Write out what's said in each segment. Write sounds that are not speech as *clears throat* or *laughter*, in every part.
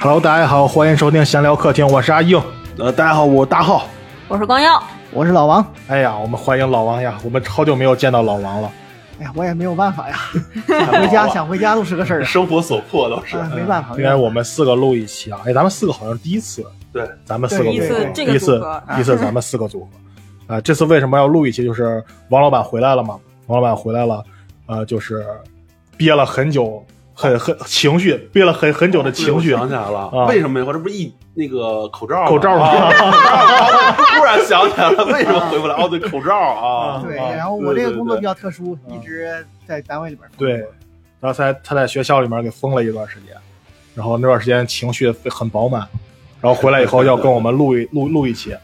Hello，大家好，欢迎收听闲聊客厅，我是阿硬。呃，大家好，我大浩。我是光耀，我是老王。哎呀，我们欢迎老王呀，我们好久没有见到老王了。哎呀，我也没有 *laughs* 办法呀，想回家想回家都是个事儿啊，生活所迫都是。哎没办法。应该我们四个录一期啊，哎，咱们四个好像是第一次，对，咱们四个对录一次过这第一个组次合第一次咱们四个组合。 *laughs* 啊、这次为什么要录一期？就是王老板回来了嘛，王老板回来了，呃，就是憋了很久，很很情绪，憋了很很久的情绪我，想起来了，啊为什么没回？这不是一那个口罩吗啊口罩？ *laughs* 嘛，突然想起来了，为什么回不来？哦，对，口罩啊。对，啊然后我这个工作比较特殊，一直在单位里边。对，然后他他在学校里面给封了一段时间，然后那段时间情绪很饱满，然后回来以后要跟我们录一录录一期，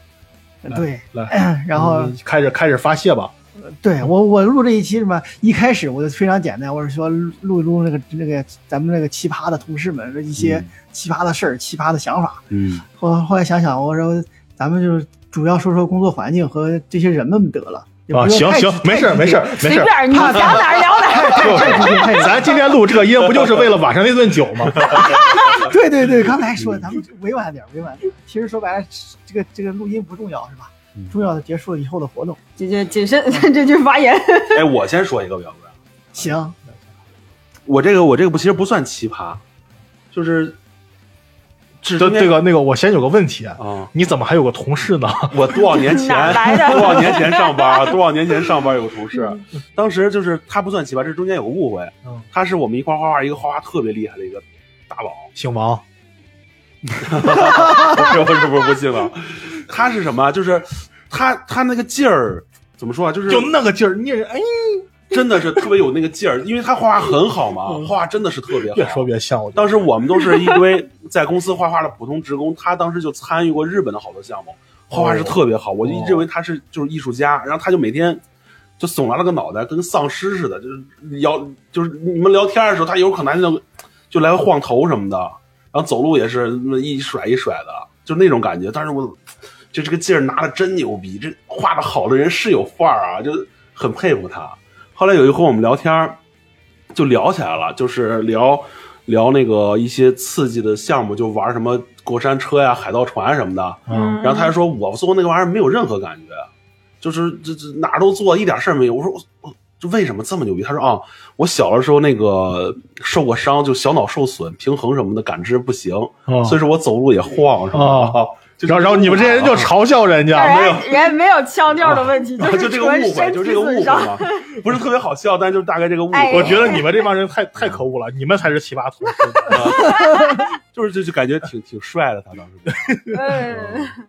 对，来， *clears throat* 嗯然后你开始开始发泄吧，对我我录这一期什么，一开始我就非常简单，我是说录一录那个那个咱们那个奇葩的同事们一嗯些奇葩的事儿、奇葩的想法。嗯，后后来想想，我说咱们就是主要说说工作环境和这些人们得了。也啊，不行用太行，没事儿没事儿，没随事儿。便你想哪儿聊哪儿。哎太太太 *laughs* 咱今天录这个音不就是为了晚上那顿酒 *laughs* 吗？对对对，刚才说的，咱们委婉点，委婉点。其实说白了，这个这个录音不重要是吧？嗯重要的结束了以后的活动。 *laughs* 这就谨慎， *laughs* 这句发言。哎，我先说一个，要不然行，啊我这个我这个不其实不算奇葩，就是这这这个那个，我先有个问题，啊，你怎么还有个同事呢？ *laughs* 我多少年哪前来的多少年前上班，啊多少年前上班有个同事，当时就是他不算奇葩，这中间有个误会嗯，他是我们一块儿画画，一个画画特别厉害的一个大佬。姓王，不是不是不是不信了，他是什么？啊就是他他那个劲儿怎么说啊？就是就那个劲儿，你也是哎，真的是特别有那个劲儿，因为他画画很好嘛，画画真的是特别嗯越好。说越像我觉得。当时我们都是一堆在公司画画的普通职工，他当时就参与过日本的好多项目，画画是特别好，我就一直认为他是就是艺术家，然后他就每天就耸拉了个脑袋，跟丧尸似的，就是摇，就是你们聊天的时候，他有可能就就来回晃头什么的，然后走路也是那么一甩一甩的，就那种感觉。但是我就这个劲儿拿的真牛逼，这画的好的人是有范儿啊，就很佩服他。后来有一回我们聊天儿就聊起来了，就是聊聊那个一些刺激的项目，就玩什么过山车呀、海盗船什么的。嗯，然后他还说我做那个玩意儿没有任何感觉，就是这这哪儿都做一点事儿没有。我说我我这为什么这么牛逼？他说啊，我小的时候那个受过伤，就小脑受损，平衡什么的感知不行，哦所以说我走路也晃什么的。啊哦就然后然后你们这些人就嘲笑人家，但人人没有腔调的问题，哦啊是就这个误纯会， *laughs* 身就体这个误损会伤。嘛，不是特别好笑，但就是大概这个误哎会。我觉得 *laughs* 你们这帮人太太可恶了，你们才是奇葩同事。啊就是就就感觉挺挺帅的，他当时嗯，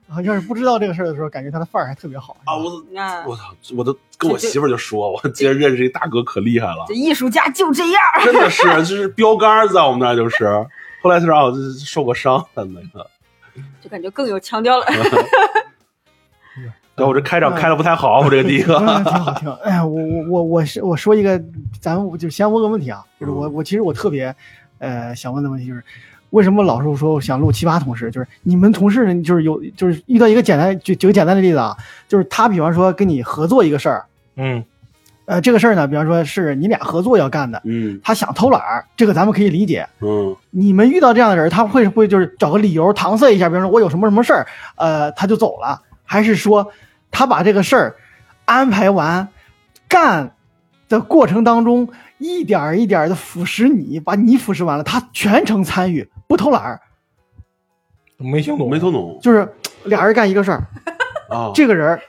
然后要是不知道这个事儿的时候，感觉他的范儿还特别好啊，我那我操，我都跟我媳妇儿就说，我今儿认识一大哥可厉害了这，艺术家就这样。 *laughs* 真的是就是标杆儿在我们那儿就是。 *laughs* 后来他说啊，我就是受过伤的那个， *laughs* 就感觉更有腔调了。 *laughs* 对我这开场开的不太好，我这个第一嗯， *laughs* 个，挺好挺好。哎，我我我我是我说一个，咱们就先问个问题啊，嗯就是我我其实我特别，呃，想问的问题就是，为什么老是说想录奇葩同事？就是你们同事呢，就是有就是遇到一个简单举举个简单的例子啊，就是他比方说跟你合作一个事儿，嗯，呃，这个事儿呢，比方说是你俩合作要干的，嗯他想偷懒儿，这个咱们可以理解。 *laughs* 嗯你们遇到这样的人，他会不会就是找个理由搪塞一下，比如说我有什么什么事儿，呃，他就走了，还是说他把这个事儿安排完干的过程当中，一点儿一点儿的腐蚀你，把你腐蚀完了，他全程参与，不偷懒儿，没听懂，嗯没听懂就是俩人干一个事儿，啊，这个人儿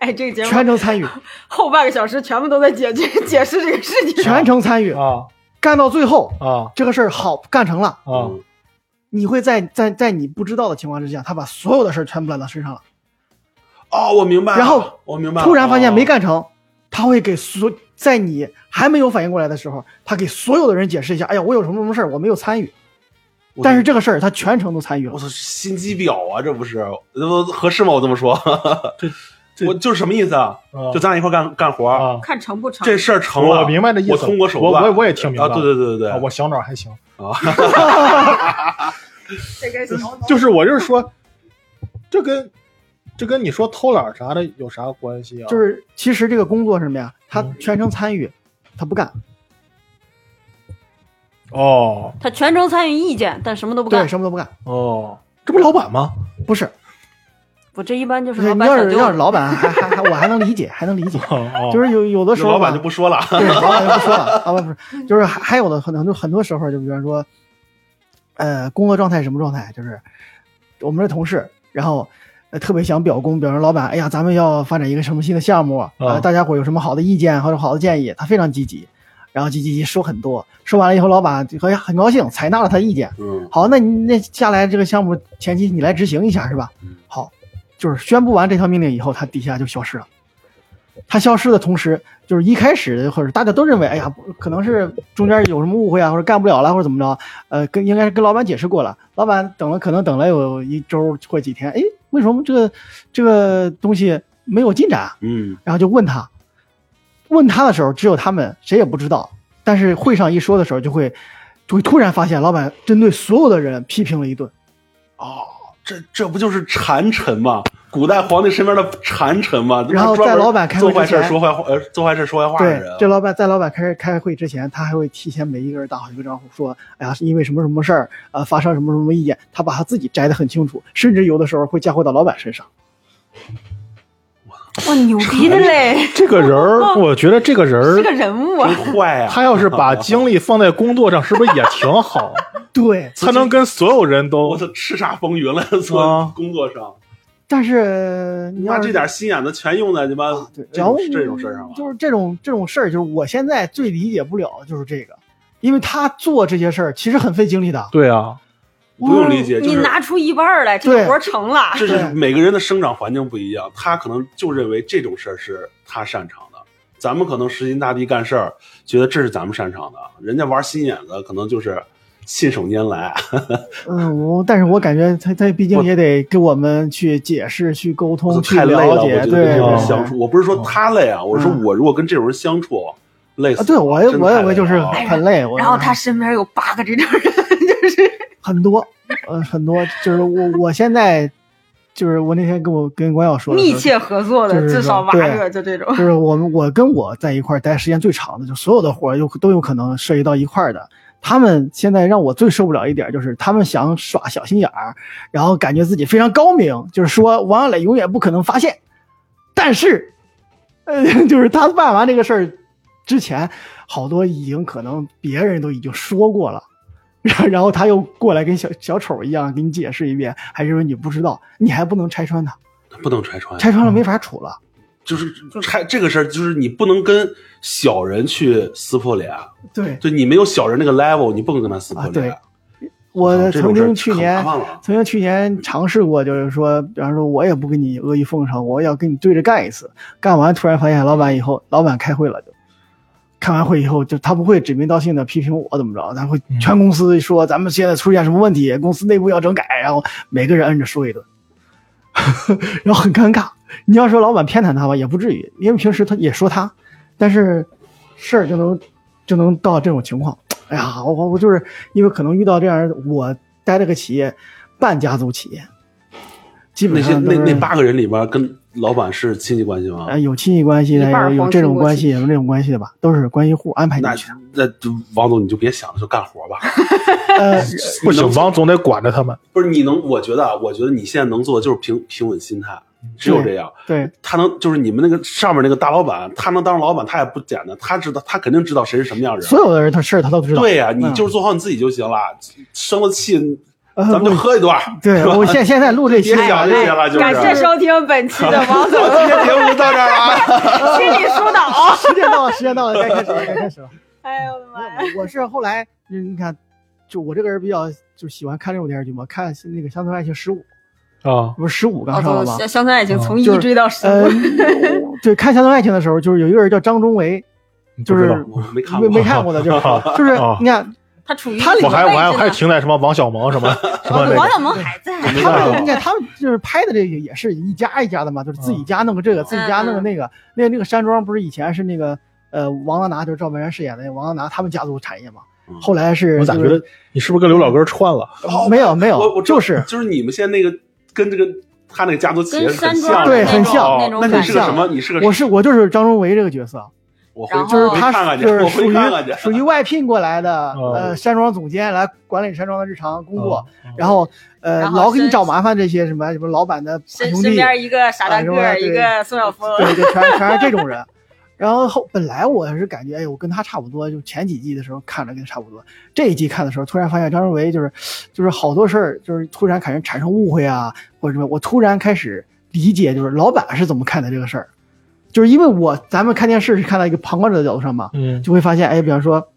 哎，这个节全目程参与，后半个小时全部都在解决 *laughs* 解释这个事情。全程参与，啊干到最后，啊这个事儿好干成了。啊！嗯你会在在在你不知道的情况之下，他把所有的事儿全部揽到身上了，哦，我明白了，然后我明白了，突然发现没哦干成，他会给所在你还没有反应过来的时候，他给所有的人解释一下，哎呀，我有什么什么事儿我没有参与，但是这个事儿他全程都参与了我。操，心机婊啊，这不是，这都合适吗？我这么说，这我就是什么意思啊？啊就咱俩一块儿干干活儿，啊，看成不成？这事儿成了，我明白这意思，我通过手段，我我我也听明白啊，了，对对对对对，啊我小脑还行，这跟就是我就是说，这跟这跟你说偷懒儿啥的有啥关系啊？就是其实这个工作是什么嗯呀？他全程参与，他不干，哦他全程参与意见，但什么都不干对，。什么都不干。哦，这不老板吗？不是，我这一般就是你老板要小是舅要是子，老板还还还我还能理解，还能理解。哦，就是是有有的时候老板吧就不说了。对，老板就不说了，老板不是，就是还还有的很很多很多时候，就比方说，呃，工作状态是什么状态？就是我们这同事，然后、呃、特别想表功，表扬老板，哎呀，咱们要发展一个什么新的项目啊、啊大家伙有什么好的意见或者好的建议？他非常积极，然后积极积说很多，说完了以后，老板就哎很很高兴，采纳了他的意见。嗯，好，那你那下来这个项目前期你来执行一下是吧嗯？好，就是宣布完这条命令以后，它底下就消失了。它消失的同时，就是一开始或者大家都认为，哎呀，不可能是中间有什么误会啊，或者干不了了，或者怎么着，呃，跟应该是跟老板解释过了。老板等了，可能等了有一周或几天，哎，为什么这个这个东西没有进展？啊嗯，然后就问他，问他的时候，只有他们谁也不知道。但是会上一说的时候，就会就会突然发现，老板针对所有的人批评了一顿。哦这这不就是谗臣吗？古代皇帝身边的谗臣吗？然后专门在老板开会做坏事之儿前说坏话，呃，做坏事儿说坏话的对人，，啊这老板在老板开始开会之前，他还会提前每一个人打好一个招呼，说，哎呀，是因为什么什么事儿，呃，发生什么什么意见，他把他自己摘得很清楚，甚至有的时候会嫁祸到老板身上。哇，牛逼的嘞！这个人儿，我觉得这个人 *laughs* 是个 *laughs* 儿，人物啊真，坏呀、他要是把精力放在工作上，是不是也挺好？ *laughs* 对，才能跟所有人都我操，叱咤风云了，做啊工作上，但是你你要妈是这点心眼子全用在你妈啊，对，这然后种这种事儿上了。就是这种这种事儿，就是我现在最理解不了的就是这个，因为他做这些事儿其实很费精力的。对啊，不用理解，就嗯你是拿出一半儿来，这对活儿成了。这对是每个人的生长环境不一样，他可能就认为这种事儿是他擅长的。咱们可能石心大地干事儿，觉得这是咱们擅长的，人家玩心眼子可能就是信手拈来。嗯，我但是我感觉他他毕竟我也得给我们去解释、去沟我通、去太累了，了我觉解，得对跟这种人对相处，我不是说他累啊，我说嗯我如果跟这种人相处，累死啊，了。对我也真我太也累我就是了很累，我然后他身边有八个这种人，就是很多，呃，很多就是我我现在就是我那天跟我跟关晓说的时候，密切合作的，就是至少八对个，就这种。就是我们我跟我在一块儿待时间最长的，就所有的活儿有都有可能涉及到一块儿的。他们现在让我最受不了一点，就是他们想耍小心眼儿，然后感觉自己非常高明，就是说王小磊永远不可能发现。但是，呃， *laughs* 就是他办完这个事儿之前，好多已经可能别人都已经说过了， *laughs* 然然后他又过来跟小小丑一样给你解释一遍，还认为你不知道，你还不能拆穿他，不能拆穿，拆穿了没法处了。就是拆这个事儿，就是你不能跟小人去撕破脸，啊对，就你没有小人那个 level，你不能跟他撕破啊对脸。我啊这曾种事儿经去可年麻烦了曾经去年尝试过，就是说，比方说我也不跟你阿谀奉承，我要跟你对着干一次。干完突然发现老板以后，老板开会了就，开完会以后就他不会指名道姓的批评我怎么着，他会全公司说咱们现在出现什么问题，公司内部要整改，然后每个人摁着说一顿， *laughs* 然后很尴尬。你要说老板偏袒他吧，也不至于，因为平时他也说他，但是事儿就能就能到这种情况。哎呀，我我我就是因为可能遇到这样人，我待这个企业半家族企业，基那本些上都那是那八个人里边，跟老板是亲戚关系吗？呃有亲戚关系的，一半儿有有皇这亲种国关戚系，有那种关系的吧，都是关系户安排进那去的。啊那王总，你就别想了，就干活吧。 *laughs* 呃，不行，王总得管着他们。不是你能，我觉得，啊，我觉得你现在能做的就是平平稳心态，只有这样。 *laughs* 对他能就是你们那个上面那个大老板，他能当上老板，他也不简单，他知道，他肯定知道谁是什么样的人。所有的人他事儿他都知道。对呀、你嗯就是做好你自己就行了。生了气，呃咱们就我喝一段。对我现现在录这期别，想这些了，就是。感谢收听本期的王总好今天节目到这儿 *laughs* 了。啊心理疏导。时间到了，时间到了，该开始了，该开始了。哎呦我的妈呀！我是后来，嗯你看，就我这个人比较就喜欢看这种电视剧嘛，看那个《乡村爱情十五》，啊，不是十五刚上了哦，吗？乡乡村爱情从一就是追到十，呃，对，看《乡村爱情》的时候，就是有一个人叫张中维，就不知是道我没看没过，没看过 *laughs* 的，就是就是哦你看他处于他里我还我还我还还停在什么王小蒙什么什么那王个，小蒙还在，没他看们过你。看他们就是拍的这个也是一家一家的嘛，就是自己家弄个这个，嗯自己家弄个那个。那那个山庄不是以前是那个呃王阿拿，就是赵本山饰演的那个王阿拿他们家族产业嘛。嗯后来是我咋就觉是得你是不是跟刘老根串了？哦没有没我我有，知道就是就是你们现在那个跟这个他那个家族企业跟是很山庄像的，对很像那种哦那你感是个觉什么？你是个我是我就是张荣维这个角色，我回然后就是我回看他看是去，就是我属回看看于去。嗯属于外聘过来的，哦呃，山庄总监来管理山庄的日常工作，嗯然后呃然后老给你身找麻烦这些什么什么老板的身兄身弟，边一个傻大啊什个么儿，对一个宋晓峰，对 *laughs* 对，全全是这种人。然后后本来我是感觉，哎呦，我跟他差不多，就前几季的时候看着跟他差不多，这一季看的时候，突然发现张荣维就是，就是好多事儿，就是突然感觉产生误会啊，或者什么，我突然开始理解，就是老板是怎么看待这个事儿，就是因为我咱们看电视是看到一个旁观者的角度上嘛，嗯，就会发现，哎，比方说，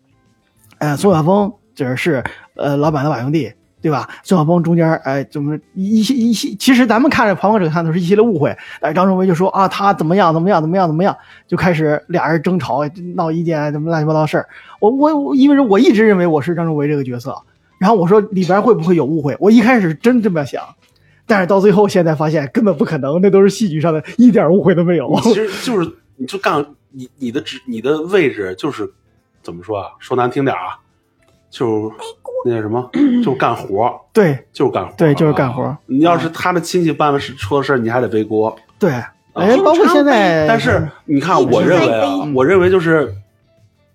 呃，宋晓峰这是呃老板的晚兄弟，对吧？宋晓峰中间，哎，怎么一些一些，其实咱们看着旁观者看都是一系列误会，哎，张仲维就说啊，他怎么样怎么样怎么样怎么样，就开始俩人争吵，闹意见，啊怎么乱七八糟事儿。我我我，因为我一直认为我是张仲维这个角色，然后我说里边会不会有误会？我一开始真这么想。但是到最后，现在发现根本不可能，那都是戏剧上的，一点误会都没有。你其实就是你就干你你的职你的位置就是怎么说啊？说难听点啊，就是那叫什么，就是干活儿， *laughs* 对就是干活儿，啊对，就是干活。嗯儿。你要是他的亲戚办了事出了事儿，你还得背锅。啊对，哎，包括现在，嗯但是你看，我认为啊一直在背，我认为就是，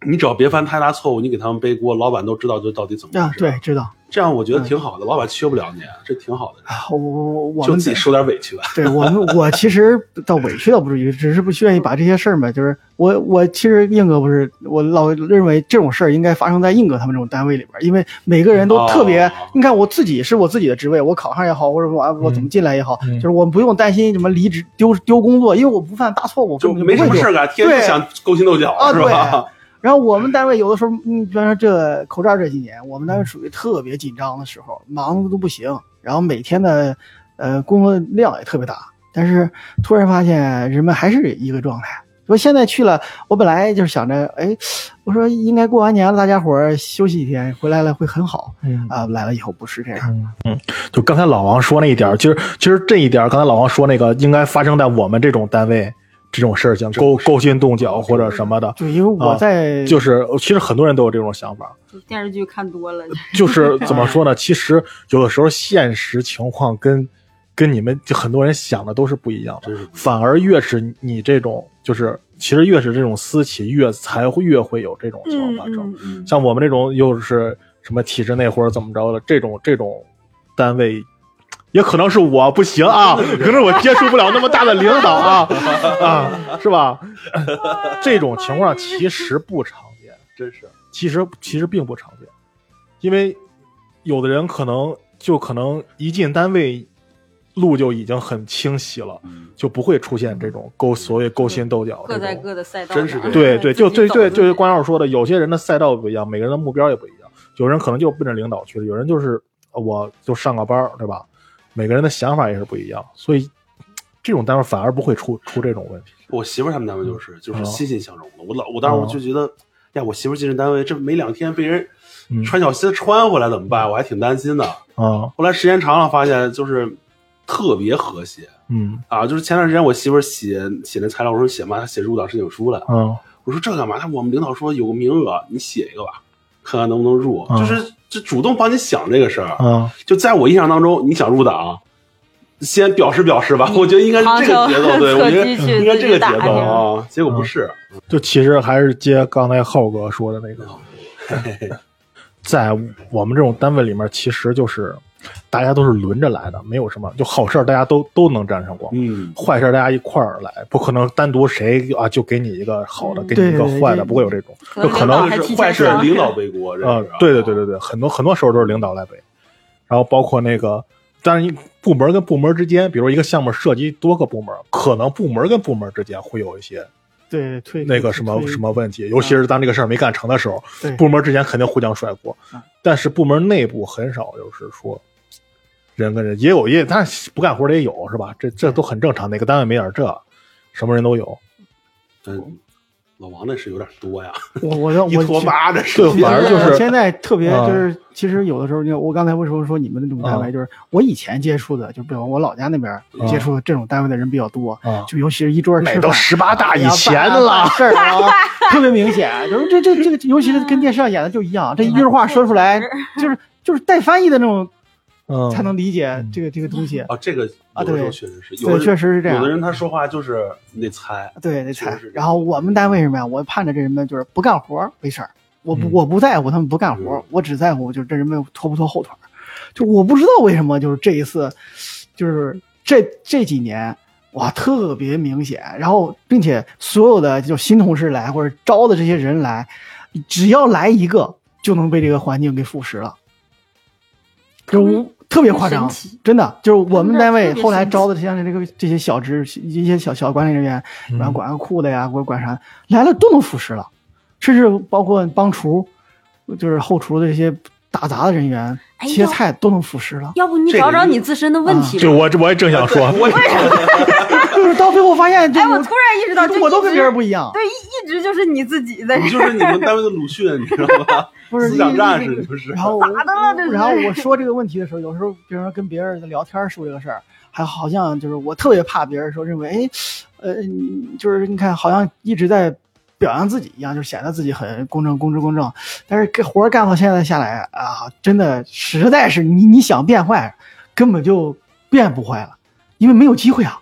你只要别犯太大错误，你给他们背锅，老板都知道这到底怎么啊回，事。对，知道这样我觉得挺好的，老板缺不了你，这挺好的，啊，我我我就们自己受点委屈吧。对我们我其实倒委屈倒不至于，只是不愿意把这些事儿嘛，就是我我其实硬哥不是，我老认为这种事儿应该发生在硬哥他们这种单位里边儿，因为每个人都特别，哦你看我自己是我自己的职位，我考上也好，或者啊我我怎么进来也好，嗯就是我们不用担心什么离职丢丢工作，因为我不犯大错误，就根本没什不么会事丢儿干，天天对想勾心斗角、啊是吧？然后我们单位有的时候，嗯，比方说这口罩这几年，我们单位属于特别紧张的时候，忙的都不行，然后每天的呃工作量也特别大，但是突然发现人们还是一个状态。说现在去了，我本来就是想着，哎，我说应该过完年了，大家伙儿休息几天，回来了会很好嗯啊、来了以后不是这样，嗯就刚才老王说那一点儿，其实其实这一点儿，刚才老王说那个应该发生在我们这种单位这种事情，勾勾心斗角或者什么的，就因为我啊在、就是其实很多人都有这种想法，电视剧看多了， *laughs* 就是怎么说呢？其实有的时候现实情况跟跟你们就很多人想的都是不一样的真是不一样，反而越是你这种就是其实越是这种私企，越才会越会有这种情况嗯发生。嗯嗯，像我们这种又是什么体制内或者怎么着的这种这种单位，也可能是我不行啊，可能是我接触不了那么大的领导啊啊，是 *laughs* 吧？这种情况其实不常见，真是其实其实并不常见，因为有的人可能就可能一进单位，路就已经很清晰了，嗯就不会出现这种勾所谓勾心斗角这各在种。各的赛道真上，是这样对对，就对对，就是关关老师说的，有些人的赛道不一样，每个人的目标也不一样。有人可能就奔着领导去了，有人就是呃我就上个班儿，对吧？每个人的想法也是不一样，所以这种单位反而不会出出这种问题。我媳妇儿他们单位嗯就是就是哦欣欣向荣的。我老我哦当时我就觉得，哎呀，我媳妇儿进这单位，这没两天被人嗯穿小鞋穿回来怎么办？我还挺担心的。啊，后来时间长了，发现就是特别和谐嗯啊。就是前段时间我媳妇儿写写那材料，我说写嘛，她写入党申请书了。啊，我说这干嘛？她说我们领导说有个名额，你写一个吧，看看能不能入。嗯就是就主动帮你想这个事儿。啊，就在我印象当中，你想入党，先表示表示嗯吧，我觉得应该是这个节奏，对我觉得侧击去应该这个自己打节奏啊，结果不是，就其实还是接刚才浩哥说的那个，在我们这种单位里面，其实就是大家都是轮着来的，没有什么就好事儿，大家都都能沾上光。嗯，坏事儿大家一块儿来，不可能单独谁啊就给你一个好的，嗯给你一个对对坏对的，不会有这种。可能就可领导能嗯还就是提前坏事商量领导背锅，这啊，是对对对对对，很多很多时候都是领导来背，然后包括那个，当然部门跟部门之间，比如一个项目涉及多个部门，可能部门跟部门之间会有一些对退那个什么退什么问题，尤其是当这个事儿没干成的时候，对部门之间肯定互相甩锅啊，但是部门内部很少就是说人跟人也有也，但是不干活的也有是吧？这这都很正常，哪个单位没点儿这，什么人都有。嗯，老王那是有点多呀，我我要一我坨去麻这是对其实反而就是我现在特别啊就是，其实有的时候，就我刚才为什么说你们那种单位，就是我以前接触的，就比如我老家那边接触这种单位的人比较多，啊，就尤其是一桌儿那吃都饭。十八大以前的了，事儿啊， *laughs* 特别明显，就是这这这个，尤其是跟电视上演的就一样，这一句话说出来就是就是带翻译的那种嗯，才能理解嗯这个这个东西。啊，这个啊有的时候对确实是，有对，的确实是这有的样。人他说话就是你得猜，对，那确实才是这。样然后我们单位什么呀？我盼着这人们就是不干活儿没事儿，我不嗯我不在乎他们不干活嗯儿，我只在乎就是这人们拖不拖后腿儿。就我不知道为什么，就是这一次，就是这这几年哇特别明显。然后并且所有的就新同事来或者招的这些人来，只要来一个就能被这个环境给腐蚀了，就我特别夸神张奇，真的就是我他们们那单儿特位别后来神奇招的这些这个这些小职一些小小管理人员，嗯然后管个库的呀，或者管啥来了都能腐蚀了，甚至包括帮厨，就是后厨的这些打杂的人员哎呦切菜都能腐蚀了。 *laughs* 要不你这个找找你自身的问题吧对，我这我也正想说， *laughs* 我就是到最后发现，就哎，我突然意识到，就我都一跟直别人不一样，对，一一直就是你自己在你这就是你们单位的鲁迅，你知道吧？ *laughs* 不是思想战士就是然。后我咋的了这是然后我说这个问题的时候，有时候比如说跟别人在聊天说这个事儿，还好像就是我特别怕别人说认为，哎，呃，你就是你看好像一直在表扬自己一样，就是显得自己很公正、公正、公正。但是这活儿干到现在下来啊，真的实在是你你想变坏，根本就变不坏了，因为没有机会啊，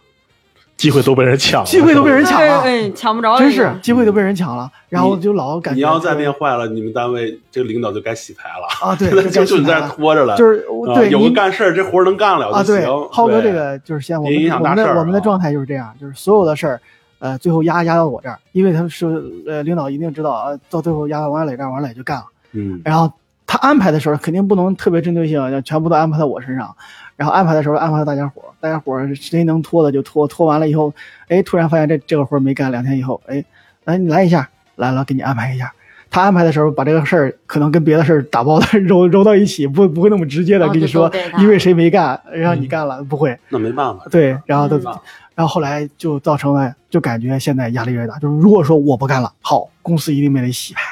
机会都被人抢了，机会都被人抢对，了，哎，抢不着了啊真已经，是机会都被人抢了，然后就老感嗯觉你要再就是变坏了，你们单位这个领导就该洗牌了，啊，对， *laughs* 就就你在这这儿拖着了，就是啊对有你个干事儿，这活儿能干了啊，就行对。，浩哥对这个就是先我别影们响我大们事儿啊的我们的状态就是这样，就是所有的事儿，呃，最后压压到我这儿，因为他们是呃领导一定知道啊，呃到最后压到王磊这儿，王磊就干了。嗯，然后他安排的时候肯定不能特别针对性，要全部都安排到我身上。然后安排的时候安排到大家伙儿，大家伙儿谁能拖的就拖，拖完了以后，哎，突然发现这这个活儿没干，两天以后，哎，来你来一下，来了给你安排一下。他安排的时候把这个事儿可能跟别的事儿打包的揉 *laughs* 揉到一起，不不会那么直接的哦跟就你都说给，他因为谁没干让你干了，不会。那没办法，对，然后他嗯然后后来就造成了，就感觉现在压力越来越大。就是如果说我不干了，好，公司一定被得洗牌，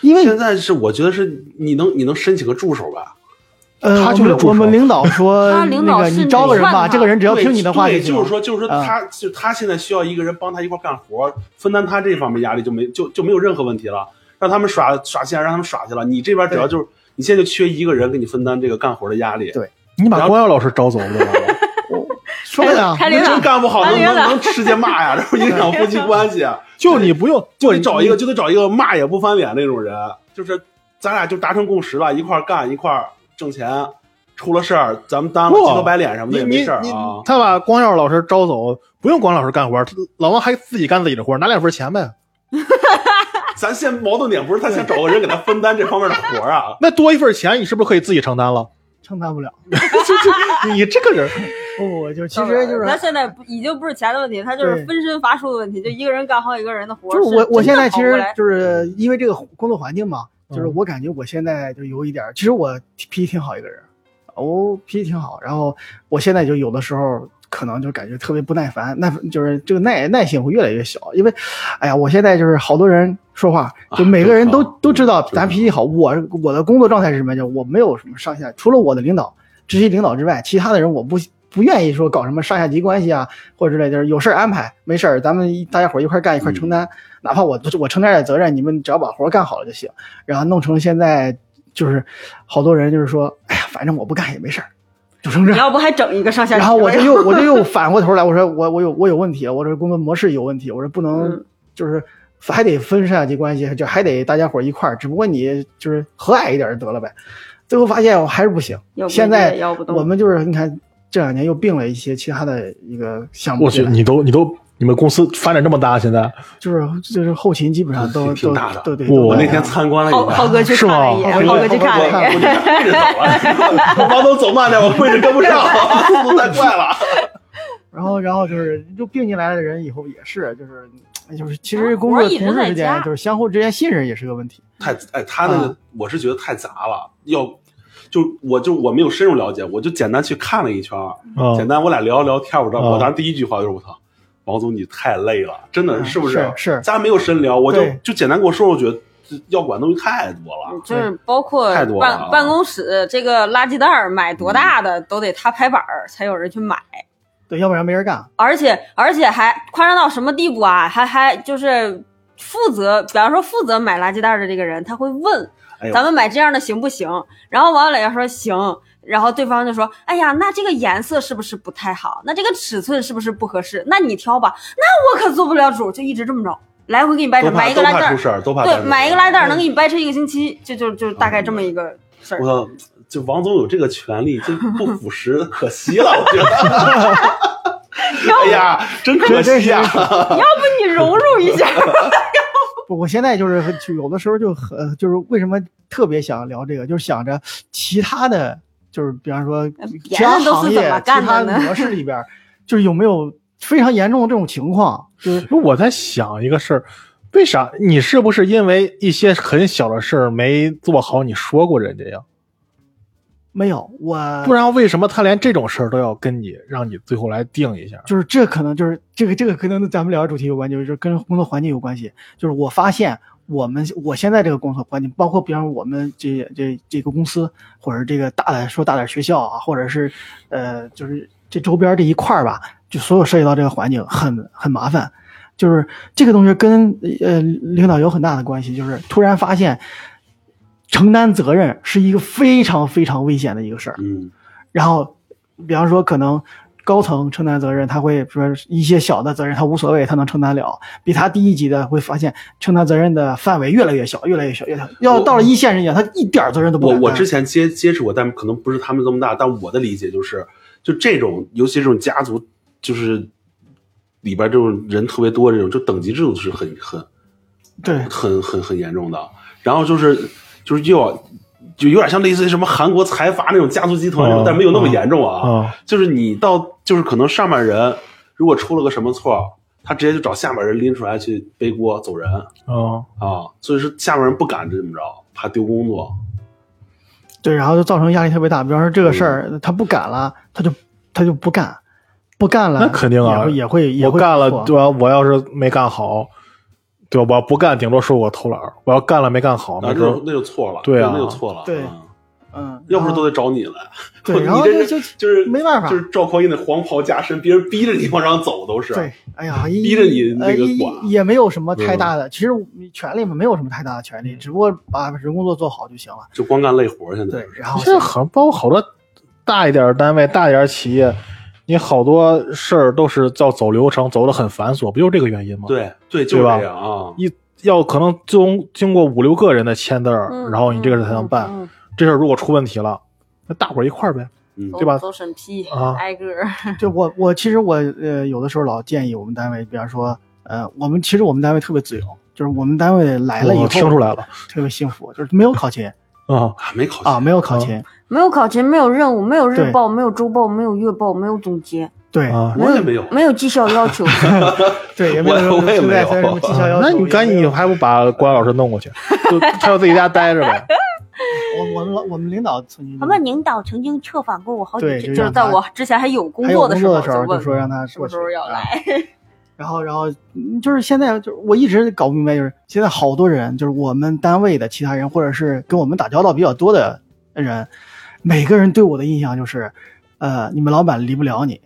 因为现在是我觉得是你能你能申请个助手吧？呃，他我就是们助我们手领导说， *laughs* 他领导那个你甚招至个人劝吧，他这个人只要对听你的话对，行就是说，就是说啊他，就他现在需要一个人帮他一块干活，分担他这方面压力，就没就就没有任何问题了。让他们耍耍线，让他们耍去了。你这边只要就是你现在就缺一个人给你分担这个干活的压力，对你把光耀老师招走不就完 *laughs* 了？说的啊呀，开领那导真，干不好能哎能领导能直接骂呀，然后影响夫妻关系。啊就你不用，就就得你找一个，就得找一个骂也不翻脸那种人，就是咱俩就达成共识了，一块儿干，一块儿挣钱。出了事儿，咱们担了不鸡头白脸什么你的也你没事儿你啊，。他把光耀老师招走，不用光耀老师干活，他老王还自己干自己的活，拿两份钱呗。咱现在矛盾点不是他想找个人给他分担这方面的活儿啊，那多一份钱，你是不是可以自己承担了？承担不了。你这个人，不，我就其实就是他现在不已经不是钱的问题，他就是对分身乏术的问题，就一个人干好几个人的活就儿。是我我现在其真的跑不实来就是因为这个工作环境嘛，就是嗯我感觉我现在就有一点儿，其实我脾气挺好一个人，我脾气挺好，然后我现在就有的时候。可能就感觉特别不耐烦，耐就是这个耐耐性会越来越小，因为，哎呀，我现在就是好多人说话，就每个人啊都、正常都知道正咱常脾气好。我我的工作状态是什么？就我没有什么上下，除了我的领导、直系领导之外，其他的人我不不愿意说搞什么上下级关系啊，或者之类的，就是有事儿安排，没事儿咱们一大家伙儿一块儿干，一块儿承担，哪怕我我承担点责任，你们只要把活儿干好了就行。然后弄成现在就是好多人就是说，哎呀，反正我不干也没事儿，就成这你样。要不还整一个上下级？然后我就又我就 *laughs* 又反过头来，我说我我有我有问题，啊我这工作模式有问题，我说不能嗯就是还得分上下级关系，就还得大家伙儿一块儿，只不过你就是和蔼一点儿就得了呗。最后发现我还是不行要，不现也在要不动我们就是你看这两年又并了一些其他的一个 *laughs* 项目我进去，来，你都你都你们公司发展这么大，现在就是就是后勤基本上都 *laughs* 挺都大的都对。我我都那来天了参观了浩一浩下。哥去看了一是眼，吗浩哥去看了一我眼，就看着走了。王总走慢点，我估计跟不 *laughs* 上，速度太快了。然后，然后就是就并进来的人以后也是，就是哎就是其实啊工活作儿一直同事在之间加就是相互之间信任也是个问题。太哎，他那个啊我是觉得太杂了，要就我就我没有深入了解，我就简单去看了一圈儿，啊哦简单我俩聊一聊天儿，我知道啊我当时第一句话就是我操，王总你太累了，真的嗯呃是不啊是是咱没有深聊，我就对就简单跟我说，我觉得这要管的东西太多了。就是包括太多了啊嗯办办公室这个垃圾袋儿买多大的都得他拍板儿才有人去买，对，要不然没人干。而且而且还夸张到什么地步啊？还还就是负责，比方说负责买垃圾袋儿的这个人，他会问哎呦咱们买这样的行不行？然后王磊要说行，然后对方就说：“哎呀，那这个颜色是不是不太好？那这个尺寸是不是不合适？那你挑吧。那我可做不了主，就一直这么着，来回给你掰扯，都怕买一个都垃圾怕袋出儿，事儿，都怕对出，事儿买一个垃圾袋儿能给你掰扯一个星期，就就就大概这么一个事儿我。操，就王总有这个权利，这不腐蚀可惜了，我觉得。哎呀，真可这惜啊呀！你融入一下，不，我现在就是很就有的时候就很呃就是为什么特别想聊这个，就是想着其他的，就是比方说其他呃人都是行怎业么、其干的他呢模式里边儿，就是有没有非常严重的这种情况，就是不是我在想一个事儿，为啥你是不是因为一些很小的事儿没做好，你说过人家呀？没有我不然为什么他连这种事儿都要跟你，让你最后来定一下？就是这可能就是这个这个可能咱们聊的主题有关，就是跟工作环境有关系。就是我发现我们我现在这个工作环境，包括比方说我们这这这个公司，或者这个大点说大点学校啊，或者是呃就是这周边这一块儿吧，就所有涉及到这个环境很很麻烦。就是这个东西跟呃领导有很大的关系，就是突然发现承担责任是一个非常非常危险的一个事儿。嗯，然后，比方说可能高层承担责任，他会说一些小的责任他无所谓，他能承担了；比他低一级的会发现承担责任的范围越来越小，越来越小，越来越小要到了一线人员，他一点儿责任都不我敢我担之前接接触过，但可能不是他们这么大。但我的理解就是，就这种，尤其这种家族，就是里边这种人特别多，这种就等级制度是很很对很很很严重的。然后就是就是又要就有点像类似于什么韩国财阀那种家族集团那种，嗯但没有那么严重啊。啊、就是你到就是可能上面人如果出了个什么错，他直接就找下面人拎出来去背锅走人啊、啊，所以说下面人不敢这么着，怕丢工作。对，然后就造成压力特别大。比方说这个事嗯儿他不敢了，他就他就不干，不干了，那肯定啊也会也会也我会干错了，对吧？啊我要是没干好，对吧？我不干，顶多说我偷懒儿；我要干了没干好，那没就准那就错了，对啊那就错了，对嗯嗯，要不是然后都得找你来。*laughs* 对，你然后这就是就是没办法就是赵匡胤那黄袍加身，别人逼着你往上走都是。对，哎呀，逼着你那个呃、一管嗯也没有什么太大的，其实权利嘛没有什么太大的权利，只不过把人工作做好就行了。就光干累活儿现在。对，然 *laughs* 后这很包括好多大一点儿单位、大一点儿企业，你好多事儿都是要走流程，走的很繁琐，不就这个原因吗？对对，就是对吧这样啊。一要可能经经过五六个人的签字儿，嗯然后你这个事儿才能办。嗯嗯这事儿如果出问题了，那大伙儿一块儿呗。嗯嗯对吧都都审批啊，挨个儿。就我我其实我呃有的时候老建议我们单位，比方说呃我们其实我们单位特别自由，就是我们单位来哦了以后我听出来了特别幸福，就是没有考勤啊、 *laughs* 啊，没考啊，没有考勤，没有考勤，没有任务，没有日对报，没有周报，没有月报，没有总结，对、啊！我也没有。没有绩效要 *laughs* 求。对，也没有我我也现没在有虽然什么绩 *laughs* 效要那求，你赶紧还不把关老师弄过 *laughs* 去，就他要自己家待着呗。我我们老我们领导曾经他们领导曾经策反过我好对几次，就就是让在他我之前还有工还有作的工时作候的时候问就说让他什过么时候去要啊来。然后，然后嗯就是现在，就是我一直搞不明白，就是现在好多人，就是我们单位的其他人，或者是跟我们打交道比较多的人，每个人对我的印象就是，呃，你们老板离不了你，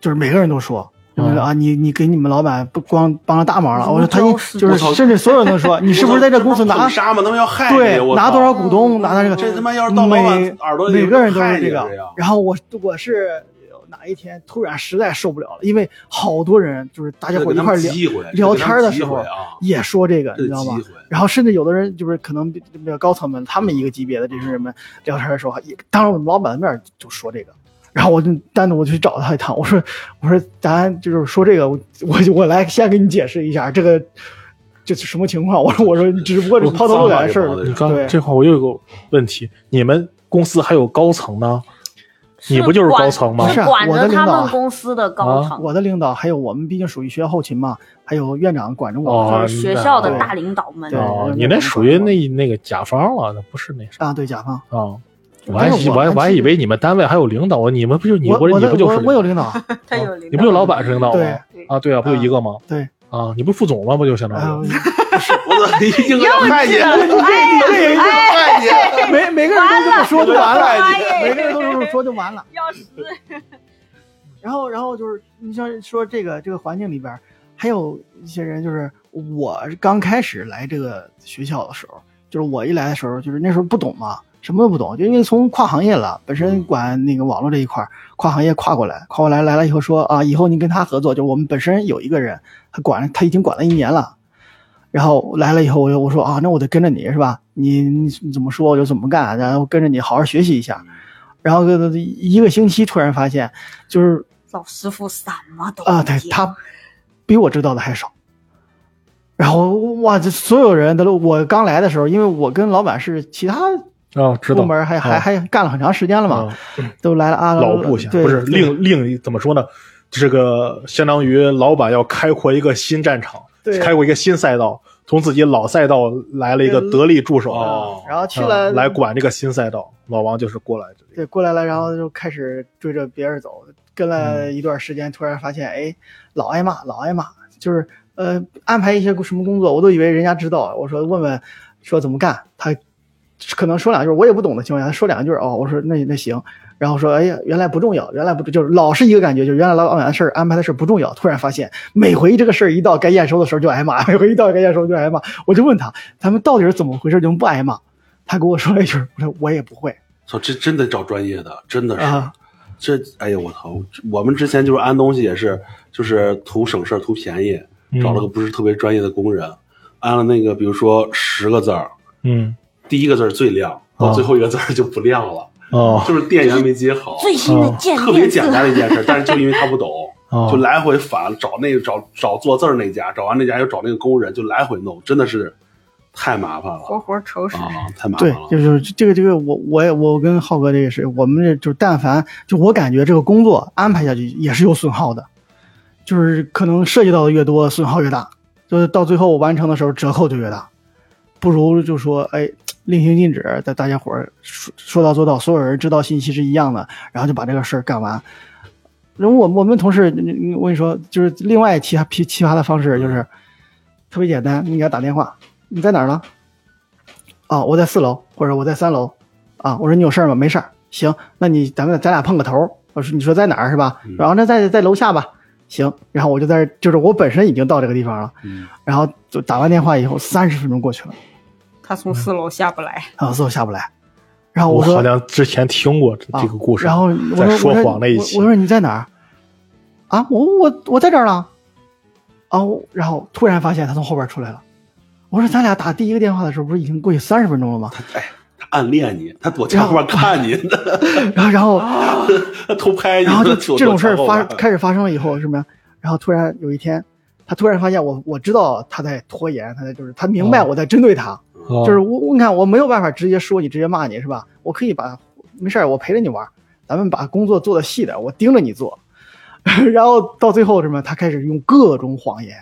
就是每个人都说。就是嗯啊，你你给你们老板不光帮了大忙了，我说他如一胶似就漆是我操甚至所有人 *laughs* 都说你是不是在这公司拿捧杀吗？他们要害你，对我拿操多少股东拿到这个，这他妈要是到老每板耳朵里，每个人都害是你这了个这样。然后我我是有哪一天突然实在受不了了，因为好多人就是大家伙一块儿聊机会聊天儿的时候啊，也说这个，这是你知道吗机？会。然后甚至有的人就是可能比比较高层们，他们一个级别的这些人们聊天的时候，也当着我们老板的面就说这个。然后我就单独我去找他一趟，我说我说咱就是说这个，我我我来先给你解释一下这个这是什么情况。我说我说你只不过是抛头露脸的事脏话儿也，你刚对这块我又有个问题，你们公司还有高层呢？ *laughs* 你不就是管高层吗是是管我的着领他导们啊公司的高啊层，我的领导还有我们毕竟属于学校后勤嘛，还有院长管着我们。哦就是学校的对大领导们啊对，哦，你那属于那那个甲方了，那不是那啥啊，对，甲方啊。我还但是我我还们我还其以实为你们单位还有领导，你们不就你我或者我你的不就是我我有领导，他有领导，啊你不就老板是领导对吗？啊，对啊，不就一个吗？对啊，你不是副总吗？不就相当于啊我怎么一哎定要害你？这人害你！每每个人都这么说就完完了了，每个人都这么说就完了。要是然后，然后就是你像说这个这个环境里边儿，还有一些人，就是我刚开始来这个学校的时候，就是我一来的时候，就是那时候不懂嘛，什么都不懂，就因为从跨行业了，本身管那个网络这一块儿，跨行业跨过来，跨过来来了以后说啊，以后你跟他合作，就是我们本身有一个人，他管他已经管了一年了。然后来了以后，我就我说啊，那我得跟着你是吧？你你你怎么说我就怎么干，然后跟着你好好学习一下。然后呃一个星期，突然发现，就是老师傅什么都啊，对对他比我知道的还少。然后哇，这所有人都，我刚来的时候，因为我跟老板是其他啊，知部道门还还啊还干了很长时间了嘛，啊都来了啊，老部下对不是对另另怎么说呢？这个相当于老板要开阔一个新战场，对开阔一个新赛道，从自己老赛道来了一个对得力助手，哦然嗯后去啊了、来管这个新赛道。老王就是过来这里，对过来了，然后就开始追着别人走，跟了一段时间，突然发现哎，老挨骂，老挨骂，就是呃安排一些什么工作，我都以为人家知道，我说问问说怎么干，他可能说两句我也不懂的情况下，他说两句哦，我说那那行，然后说哎呀原来不重要，原来不就是老是一个感觉，就是原来老板的事儿安排的事儿不重要，突然发现每回这个事儿一到该验收的时候就挨骂，每回一到该验收就挨骂，我就问他他们到底是怎么回事，怎么不挨骂？他跟我说了一句，我说我也不会操，这真得找专业的，真的是。啊。这，哎呀，我操！我们之前就是安东西也是，就是图省事儿、图便宜，嗯找了个不是特别专业的工人，安了那个，比如说十个字儿，嗯第一个字儿最亮，到啊最后一个字儿就不亮了，哦就是电源没接好，最新嗯的渐特别变简字， *laughs* 单的一件事，但是就因为他不啊懂，哦就来回反找那个找找做字儿那家，找完那家又找那个工人，就来回弄，真的是太麻烦了活活愁死。啊，太麻烦对了，。就是这个这个，我我也我跟浩哥这个是我们这就是但凡就我感觉这个工作安排下去也是有损耗的，就是可能涉及到的越多，损耗越大，就是到最后完成的时候折扣就越大，不如就说哎令行禁止，大大家伙儿说说到做到，所有人知道信息是一样的，然后就把这个事儿干完。然后我我们同事，你你我跟你说，就是另外奇葩奇奇葩的方式就是特别简单，你给他打电话，你在哪儿呢？啊，我在四楼，或者我在三楼，啊，我说你有事儿吗？没事儿，行，那你咱们咱俩碰个头儿。我说你说在哪儿是吧？嗯然后那在在楼下吧，行。然后我就在这儿，就是我本身已经到这个地方了，嗯然后就打完电话以后，三十分钟过去了，他从四楼下不来，啊，最后下不来。然后我说好像之前听过这啊这个故事，然后我在说说我谎那一期我，我说你在哪儿？啊，我我我在这儿呢。啊，我然后突然发现他从后边出来了。我说咱俩打第一个电话的时候，不是已经过去三十分钟了吗？他暗恋你，他躲墙后面看你，然后然后啊他 *laughs* 偷拍你，然后就他躲这种事儿躲发墙后面开始发生了以后，是吗？然后突然有一天，他突然发现我，我知道他在拖延，他在就是他明白哦我在针对他，哦就是我我你看我没有办法直接说你，直接骂你是吧？我可以把没事儿，我陪着你玩儿，咱们把工作做的细点儿，我盯着你做。 *laughs* 然后到最后什么，他开始用各种谎言，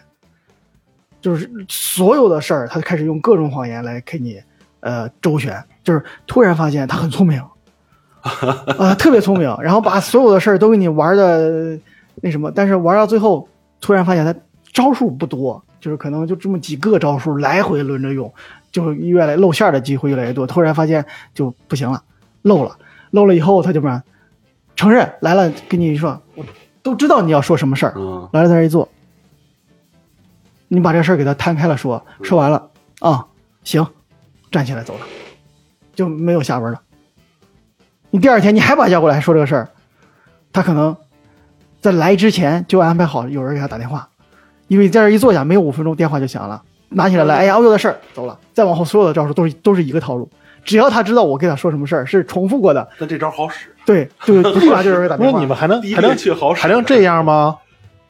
就是所有的事儿，他开始用各种谎言来给你呃周旋。就是突然发现他很聪明，呃，特别聪明，然后把所有的事儿都给你玩的那什么，但是玩到最后，突然发现他招数不多，就是可能就这么几个招数来回轮着用，就越来露馅儿的机会越来越多。突然发现就不行了，漏了，漏了以后他就不然承认来了，跟你说我都知道你要说什么事儿，嗯来了在这一坐，你把这事儿给他摊开了说，嗯说完了啊，行，站起来走了，就没有下文了。你第二天你还把他叫过来说这个事儿，他可能在来之前就安排好有人给他打电话，因为你在这一坐下没有五分钟电话就响了，拿起来嗯了，哎呀，我有点事儿，走了。再往后所有的招数都是都是一个套路，只要他知道我跟他说什么事儿是重复过的，但这招好使，对， *laughs* 就立马就有人给他打那电话。你们还能第一还能遍去好使，啊还能这样吗？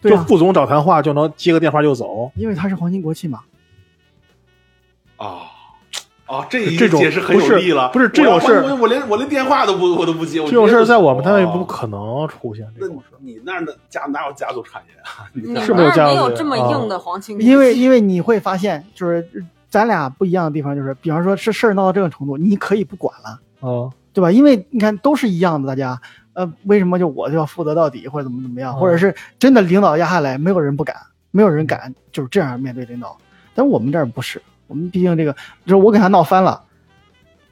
对就啊，副总找谈话就能接个电话就走，因为他是皇亲国戚嘛，啊啊！这一这种解释很不是有力了，不是这种事儿我要我我连我连电话都不我都不接，这种事儿在我们单位不能。可能出现啊那这种事儿。你那儿的家哪有家族产业啊？你那嗯你儿是们没有这那样儿没子有这么啊硬的皇亲国戚，因为因为你会发现，就是咱俩不一样的地方就是，比方说是事儿闹到这种程度，你可以不管了，啊对吧？因为你看都是一样的，大家，呃，为什么就我就要负责到底，或者怎么怎么样，嗯或者是真的领导压下来，没有人不敢，没有人敢就是这样面对领导。但我们这儿不是，我们毕竟这个就是我给他闹翻了，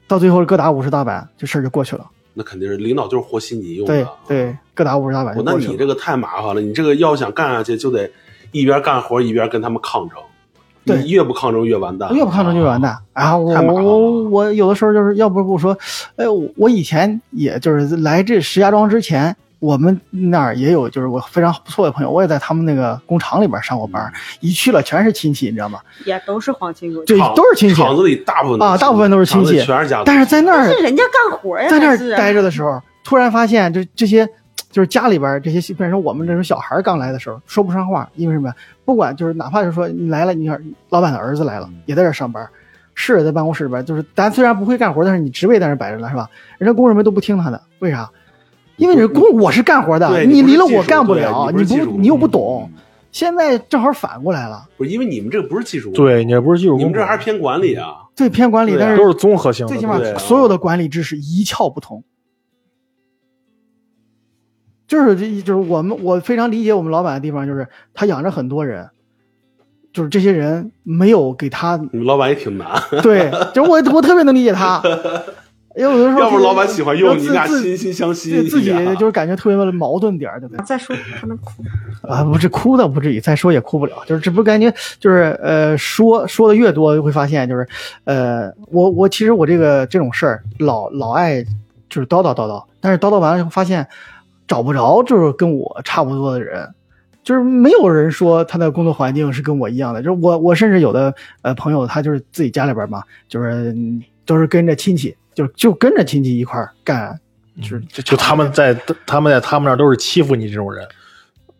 到最后各打五十大板，这事儿就过去了。那肯定是领导就是和稀泥用的对啊。对，各打五十大板就我那过去你了。这个太麻烦了，你这个要想干下去，就得一边干活一边跟他们抗争。对你越不抗争越完蛋，越不看重就越完蛋。啊，我哦太麻烦了我我有的时候就是要不我说，哎，我我以前也就是来这石家庄之前，我们那儿也有就是我非常不错的朋友，我也在他们那个工厂里边上过班，一去了全是亲戚，你知道吗？也都是皇亲国戚。对嗯厂，都是亲戚。厂子里大部分啊大部分都是亲厂戚子里全是家族。但是在那但 *laughs* 儿是人家干活呀，在那哎还儿是待着的时候，突然发现这这些就是家里边儿这些，比如说我们这种小孩儿刚来的时候说不上话，因为什么呀？不管就是哪怕是说你来了，你老板的儿子来嗯了，也在这儿上班，是在办公室里边，就是咱虽然不会干活，但是你职位在那儿摆着了，是吧？人家工人们都不听他的，为啥？因为你是工，我是干活的，对你你不离是了技我术干不对了，你不你是技不术你又不嗯懂。现在正好反过来了，不是因为你们这个不是技术，对，你不是技术你工，们这还是偏管理啊。对偏管理，对啊但是都是综合性的，最起码对对所有的管理知识一窍不通。就是这就是我们我非常理解我们老板的地方，就是他养着很多人，就是这些人没有 *laughs* 给他你们老板也挺难，对，就是我我特别能理解他。有的时候要不是老板喜欢用自你俩自惺惺相惜自自己一下就是感觉特别的矛盾点儿，对不对？啊再说可能哭啊，不是哭倒不至于，再说也哭不了，就是只不过感觉就是呃，说说的越多，会发现就是，呃，我我其实我这个这种事儿老老爱就是叨叨叨叨，但是叨叨完了以后发现找不着就是跟我差不多的人，就是没有人说他的工作环境是跟我一样的，就是我我甚至有的呃朋友他就是自己家里边嘛，就是嗯都是跟着亲戚，就就跟着亲戚一块儿干，就是就就他们在他们在他们那儿都是欺负你这种人，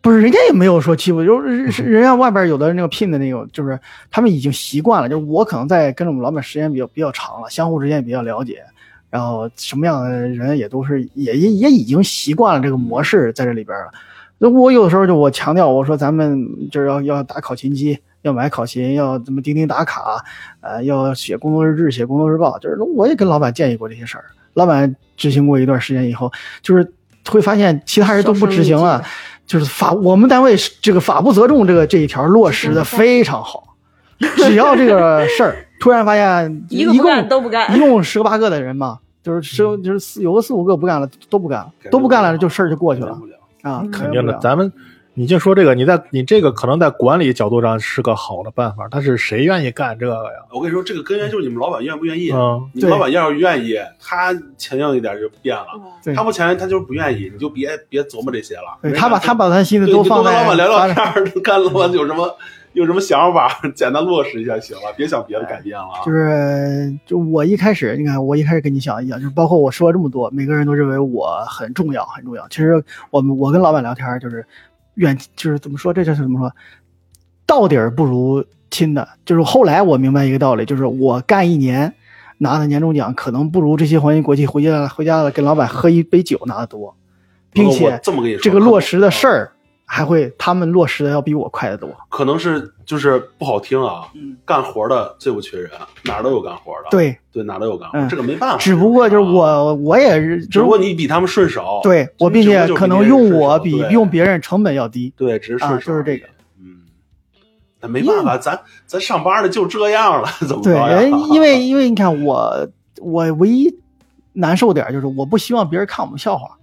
不是，人家也没有说欺负，就是是人家外边有的那个聘的那种，就是他们已经习惯了，就是我可能在跟着我们老板时间比较比较长了，相互之间也比较了解，然后什么样的人也都是也也也已经习惯了这个模式在这里边了。那我有的时候就我强调我说咱们就是要要打考勤机，要买考勤，要怎么钉钉打卡，呃，要写工作日志，写工作日报，就是我也跟老板建议过这些事儿，老板执行过一段时间以后，就是会发现其他人都不执行了。就是法我们单位是这个法不责众这个这一条落实的非常好，只要这个 *laughs* 事儿突然发现 *laughs* 一个一不共干都不干一，共十个八个的人嘛，就是十就是四有个四五个不干了都不干了嗯改变不了都不干了就事儿就过去了不了啊，肯肯定的。咱们你就说这个，你在你这个可能在管理角度上是个好的办法，但是谁愿意干这个呀？我跟你说，这个根源就是你们老板愿不愿意。嗯，你们老板要是愿意，他强硬一点就变了；对他不强硬，他就是不愿意。你就别别琢磨这些了。对没他把他把他心思对，你都多放跟在老板聊发聊展天儿，看老板有什么有什么想法，简单落实一下行了，别想别的改变了。啊就是就我一开始，你看我一开始跟你想的一样，就是包括我说了这么多，每个人都认为我很重要，很重要。其实我们我跟老板聊天儿就是远，就是怎么说，这就是怎么说，到底儿不如亲的。就是后来我明白一个道理，就是我干一年拿的年终奖，可能不如这些黄金国际回家回家了跟老板喝一杯酒拿的多，并不过我且这么跟你说，嗯这个落实的事儿儿还会他们落实的要比我快得多。可能是就是不好听啊嗯，干活的最不缺人，哪儿都有干活的。对，对，哪儿都有干活，嗯这个没办法。只不过就是啊，我我也是，只就是不过你比他们顺手。对我，并只哦不过且就是可能别人用顺我手比对用别人成本要低。对，只是顺手啊就是而已这个。嗯，那没办法，咱咱上班的就这样了， *laughs* 怎么着对，呀？人 *laughs* 嗯因为因为你看我我唯一难受点就是我不希望别人看我们笑话，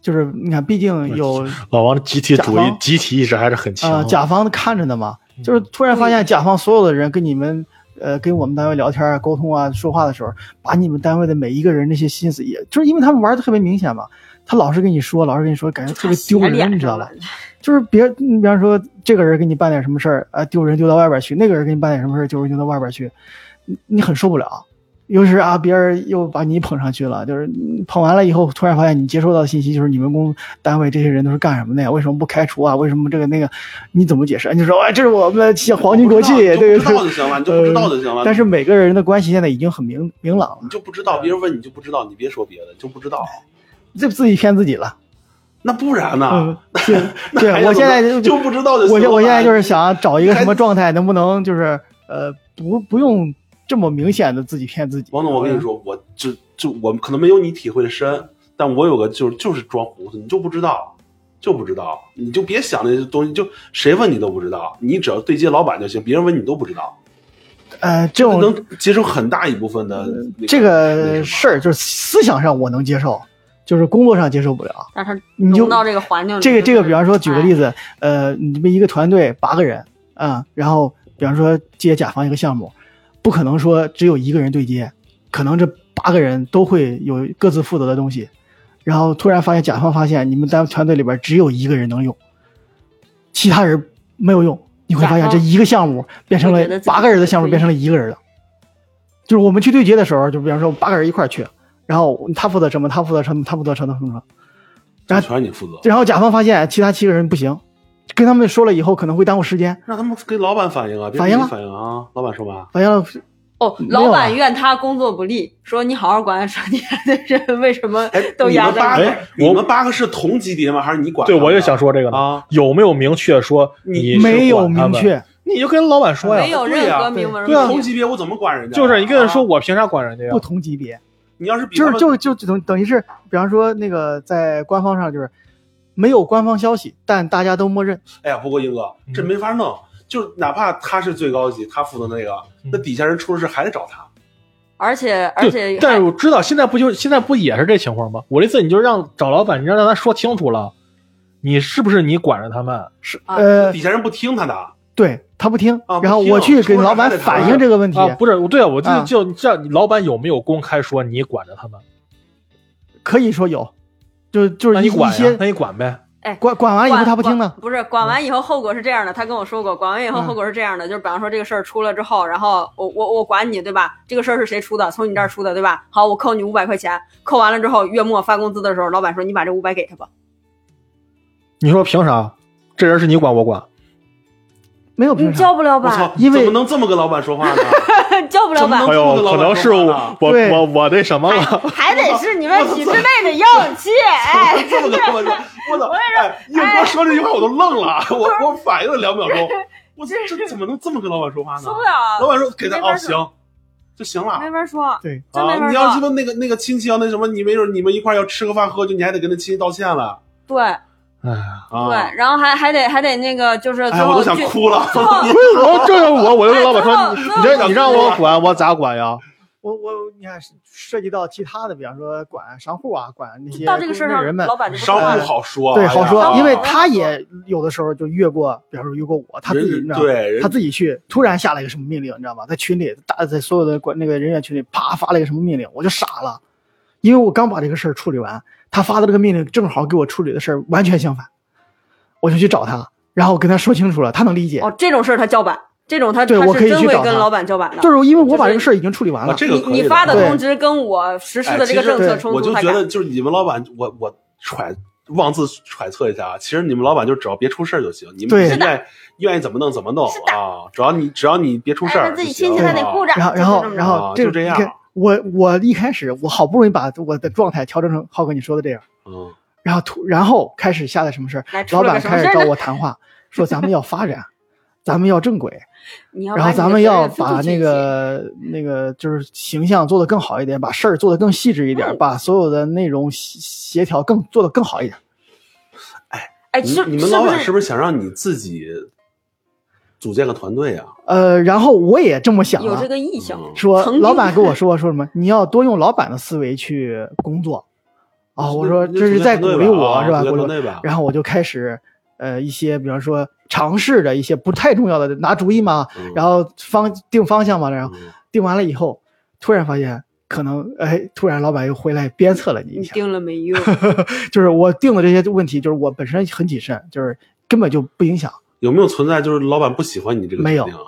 就是你看，毕竟有老王的集体主甲义方、集体意识还是很强呃的。甲方看着呢嘛，嗯就是突然发现甲方所有的人跟你们呃跟我们单位聊天啊、沟通啊、说话的时候，把你们单位的每一个人那些心思也，就是因为他们玩的特别明显嘛，他老是跟你说，老是跟你说，感觉哎特别丢人，你知道吧？？就是别，你比方说这个人给你办点什么事儿，啊，丢人丢到外边去；那个人给你办点什么事儿，丢人丢到外边去，你你很受不了。尤其是啊，别人又把你捧上去了，就是嗯捧完了以后，突然发现你接收到的信息就是你们工单位这些人都是干什么的呀？为什么不开除啊？为什么这个那个？你怎么解释？你就说哎，这是我们的黄金国际，你对就不对知道就行了，对。嗯你就不知 *laughs* 道就行了。但是嗯每个人的关系现在已经很明明朗了，你就不知道，别人问你就不知道，你别说别的，你就不知道。这自己骗自己了。那不然嗯呢？，对啊 *laughs* 那还对，要我怎现么在办就不知道就行我了现吧我现在就是想找一个什么状态，能不能就是呃不不用这么明显的自己骗自己。王总，我跟嗯你，说，我这就我可能没有你体会的深，但我有个就是就是装糊涂，你就不知道，就不知道，你就别想那些东西，就谁问你都不知道，你只要对接老板就行，别人问你都不知道，呃，这这种能节省很大一部分的、嗯那这那个什么事儿就是思想上我能接受，就是工作上接受不了。 *laughs* 但是你就融到这个环境里，哎这个这个，比方说举个例子，子，呃，你们一个团队八个人啊、然后比方说接甲方一个项目，不可能说只有一个人对接，可能这八个人都会有各自负责的东西，然后突然发现甲方发现你们单团队里边只有一个人能用，其他人没有用，你会发现甲方这一个项目变成会觉得了自己八个人的项目不变成了一个人的，就是我们去对接的时候，就比方说八个人一块儿去，然后他负责什么，他负责什么，他负责什么什么什么。这全是你负责，然后甲方发现其他七个人不行，跟他们说了以后可能会耽误时间，哎让他们跟老板反映啊，别反映自己了反映啊，老板说 *laughs* 吧，发现了哦，没有啊老板怨他工作不力，说你好好管管你 *laughs* 的人为什么哎，都你压们着八你。个，哎你我们八个是同级别吗？还是你管？对，我就想，说这个呢，啊有没有明确说你是没有管他明们？确，你就跟老板啊说没呀，有任何明文对啊同级别我怎么管人家？就是你跟他说，啊，我凭啥管人家呀不？同级别，你要是比就他是们就就就等等于是，比方说那个在官方上就是没有官方消息，但大家都默认，哎呀，不过英哥，这嗯没法弄，就是哪怕他是最高级，他负责那个，嗯那底下人出了事还得找他。而且而对且但还是我知道现在不就现在不也是这情况吗？我的意思，你就让找老板，你让让他说清楚了，你是不是你管着他们？啊呃，底下人不听他的，对他不听啊，然后不听我去给说老板啥也得反谈映这个问题，啊，不是，对啊，我就啊就你这样，你老板有没有公开说你管着他们？可以说有，就就那是一你一管呀些，那你管呗。管管啊完以后管他不听呢管，不是管完以后后果是这样的，他跟我说过，管完以后嗯后果是这样的，就是比方说这个事儿出了之后，然后我我我管你对吧？这个事儿是谁出的？从你这儿出的对吧？好，我扣你五百块钱，扣完了之后月末发工资的时候，老板说你把这五百给他吧。你说凭啥？这人是你管我管？没有凭你啥，交不了我操吧？，因为怎么能这么跟老板说话呢？ *laughs* 交不了吧？哎呦可能是我对我那什么了？还得是你们体制内的硬气，哎，这么跟我 *laughs* 说，我操！哎，英哥说这句话我都愣了， *laughs* 我我反应了两秒钟，我这这怎么能这么跟老板说 *laughs* 话呢说？不了，老板说给他没法哦说行，就行了。没法说，对，真没啊！法你要鸡说。巴那个那个亲戚要那什么，你没准你们一块儿要吃个饭喝酒，你还得跟那亲戚道歉了对哎，啊！对，然后还还得还得那个就是哎最呀，我后都想聚哭了。最后 *laughs* 哦，这是我，我就跟老板说，哎最你后你最这你让我管，我咋管呀？我我你看涉及到其他的，比方说管商户啊，管那些到这个事儿工作上，人员们老板就不商管户了好说，对，哎呀好说，因为啊他也有的时候就越过，比方说越过我，他自己你知人道吗，对人他自己去突然下了一个什么命令，你知道吗？在群里，大在所有的管那个人员群里，啪发了一个什么命令，我就傻了，因为我刚把这个事儿处理完，他发的这个命令正好跟我处理的事儿完全相反，我就去找他，然后跟他说清楚了，他能理解，哦，这种事儿他叫板，这种他对他我可是以真去会找跟他老板叫板的。就是因为我把就是这个事儿已经处理完啊了，这个你可以你发的的对通知跟我实施哎的这个其实政策对冲我突就太觉大。得就是你们老板，我我揣妄自揣测一下啊，其实你们老板就只要别出事儿就行，你们对愿是的意愿意怎么弄怎么弄是的啊，只要你只要你别出事哎儿那就行，自己亲戚还得顾着。着，然后，就然后，这么然着后啊这就个这你样看我我一开始我好不容易把我的状态调整成浩哥你说的这样，嗯，然后突然后开始下的什么事儿来，出了老个板什么开始事儿找呢我谈话，说咱们要发展， *laughs* 咱们要正轨，你要然把后你咱的们责要任分把出去那个那个就是形象做得更好一点，把事儿做得更细致一点，嗯把所有的内容协协调更做得更好一点。哎，你是你们老板是是不是想让你自己组建个团队啊？呃，然后我也这么想有了这，个意向？嗯说曾经老板跟我说说什么，你要多用老板的思维去工作。啊、我说这是在鼓励我是吧？啊啊组建鼓励我团队吧。然后我就开始，呃，一些比方说尝试着一些不太重要的拿主意嘛，嗯然后方定方向嘛，然后嗯定完了以后，突然发现可能哎，突然老板又回来鞭策了你一你下，定了没 *laughs* 用？就是我定的这些问题，就是我本身很谨慎，就是根本就不影响，有没有存在就是老板不喜欢你这个没决有定啊？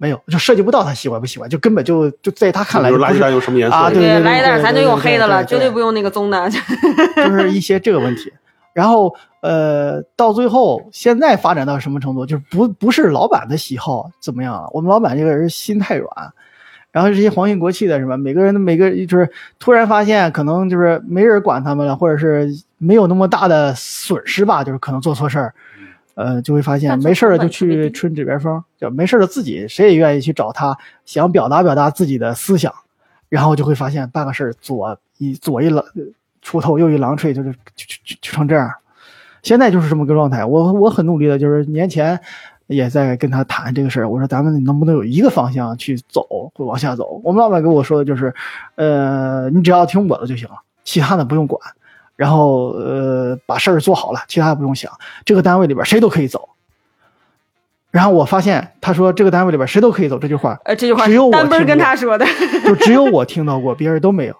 没有就涉及不到他喜欢不喜欢，就根本就就在他看来就就垃是不圾是袋用什么颜色啊的对对对来一袋对咱就对用对黑的对了，对绝对对不用那个棕的。 *laughs* 就是一些这个问题。然后呃，到最后现在发展到什么程度，就是不不是老板的喜好怎么样了，我们老板这个人心太软。然后这些皇亲国戚的什么，每个人的每个就是突然发现，可能就是没人管他们了，或者是没有那么大的损失吧，就是可能做错事儿，呃，就会发现但是没事儿了就成本特别低去吹指边风，就没事儿了自己谁也愿意去找他想表达表达自己的思想，然后就会发现办个事儿左一左一榔锄头右一榔锤，就是就就就就成这样。现在就是这么个状态，我我很努力的，就是年前也在跟他谈这个事儿，我说咱们能不能有一个方向去走，会往下走。我们老板跟我说的就是，呃，你只要听我的就行了，其他的不用管。然后呃，把事儿做好了，其他的不用想。这个单位里边谁都可以走。然后我发现他说这个单位里边谁都可以走这句话，呃，这句话只有是我单奔儿听跟过他 *laughs* 说的， *laughs* 就只有我听到过，别人都没有。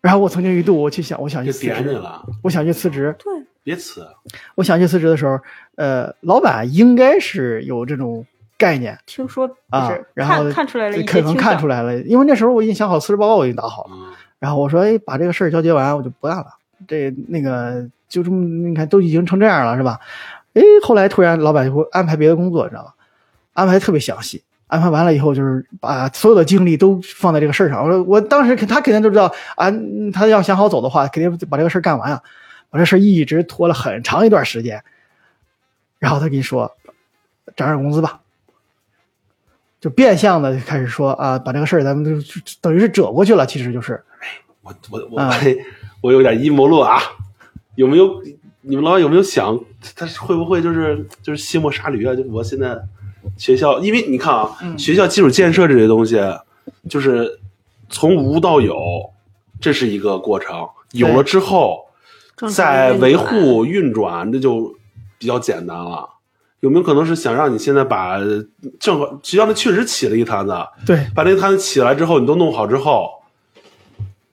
然后我曾经一度我去想，我想去就辞点你职，了，我想去辞职，别辞。我想去辞职的时候，呃，老板应该是有这种概念，听说啊不是然后看看出来了一些可能倾看向出来了，因为那时候我已经想好辞职报告，我已经打好了。嗯，然后我说，哎，把这个事儿交接完，我就不干了。这那个就这么，你看都已经成这样了，是吧？哎，后来突然老板就会安排别的工作，你知道吧？安排得特别详细，安排完了以后就是把所有的精力都放在这个事儿上。我说，我当时肯他肯定都知道啊，嗯他要想好走的话，肯定把这个事儿干完啊。把这事儿一直拖了很长一段时间，然后他跟你说，涨点工资吧。就变相的开始说啊，把这个事儿咱们就就等于是折过去了，其实就是，我我我、啊 *laughs* 我有点阴谋论啊，有没有你们老板有没有想他会不会就是就是卸磨杀驴啊？就我现在学校，因为你看啊，嗯学校基础建设这些东西，就是从无到有，这是一个过程，有了之后正常再运维转护运转，这就比较简单了。有没有可能是想让你现在把正好学校那确实起了一摊子，对，把那个摊子起来之后，你都弄好之后，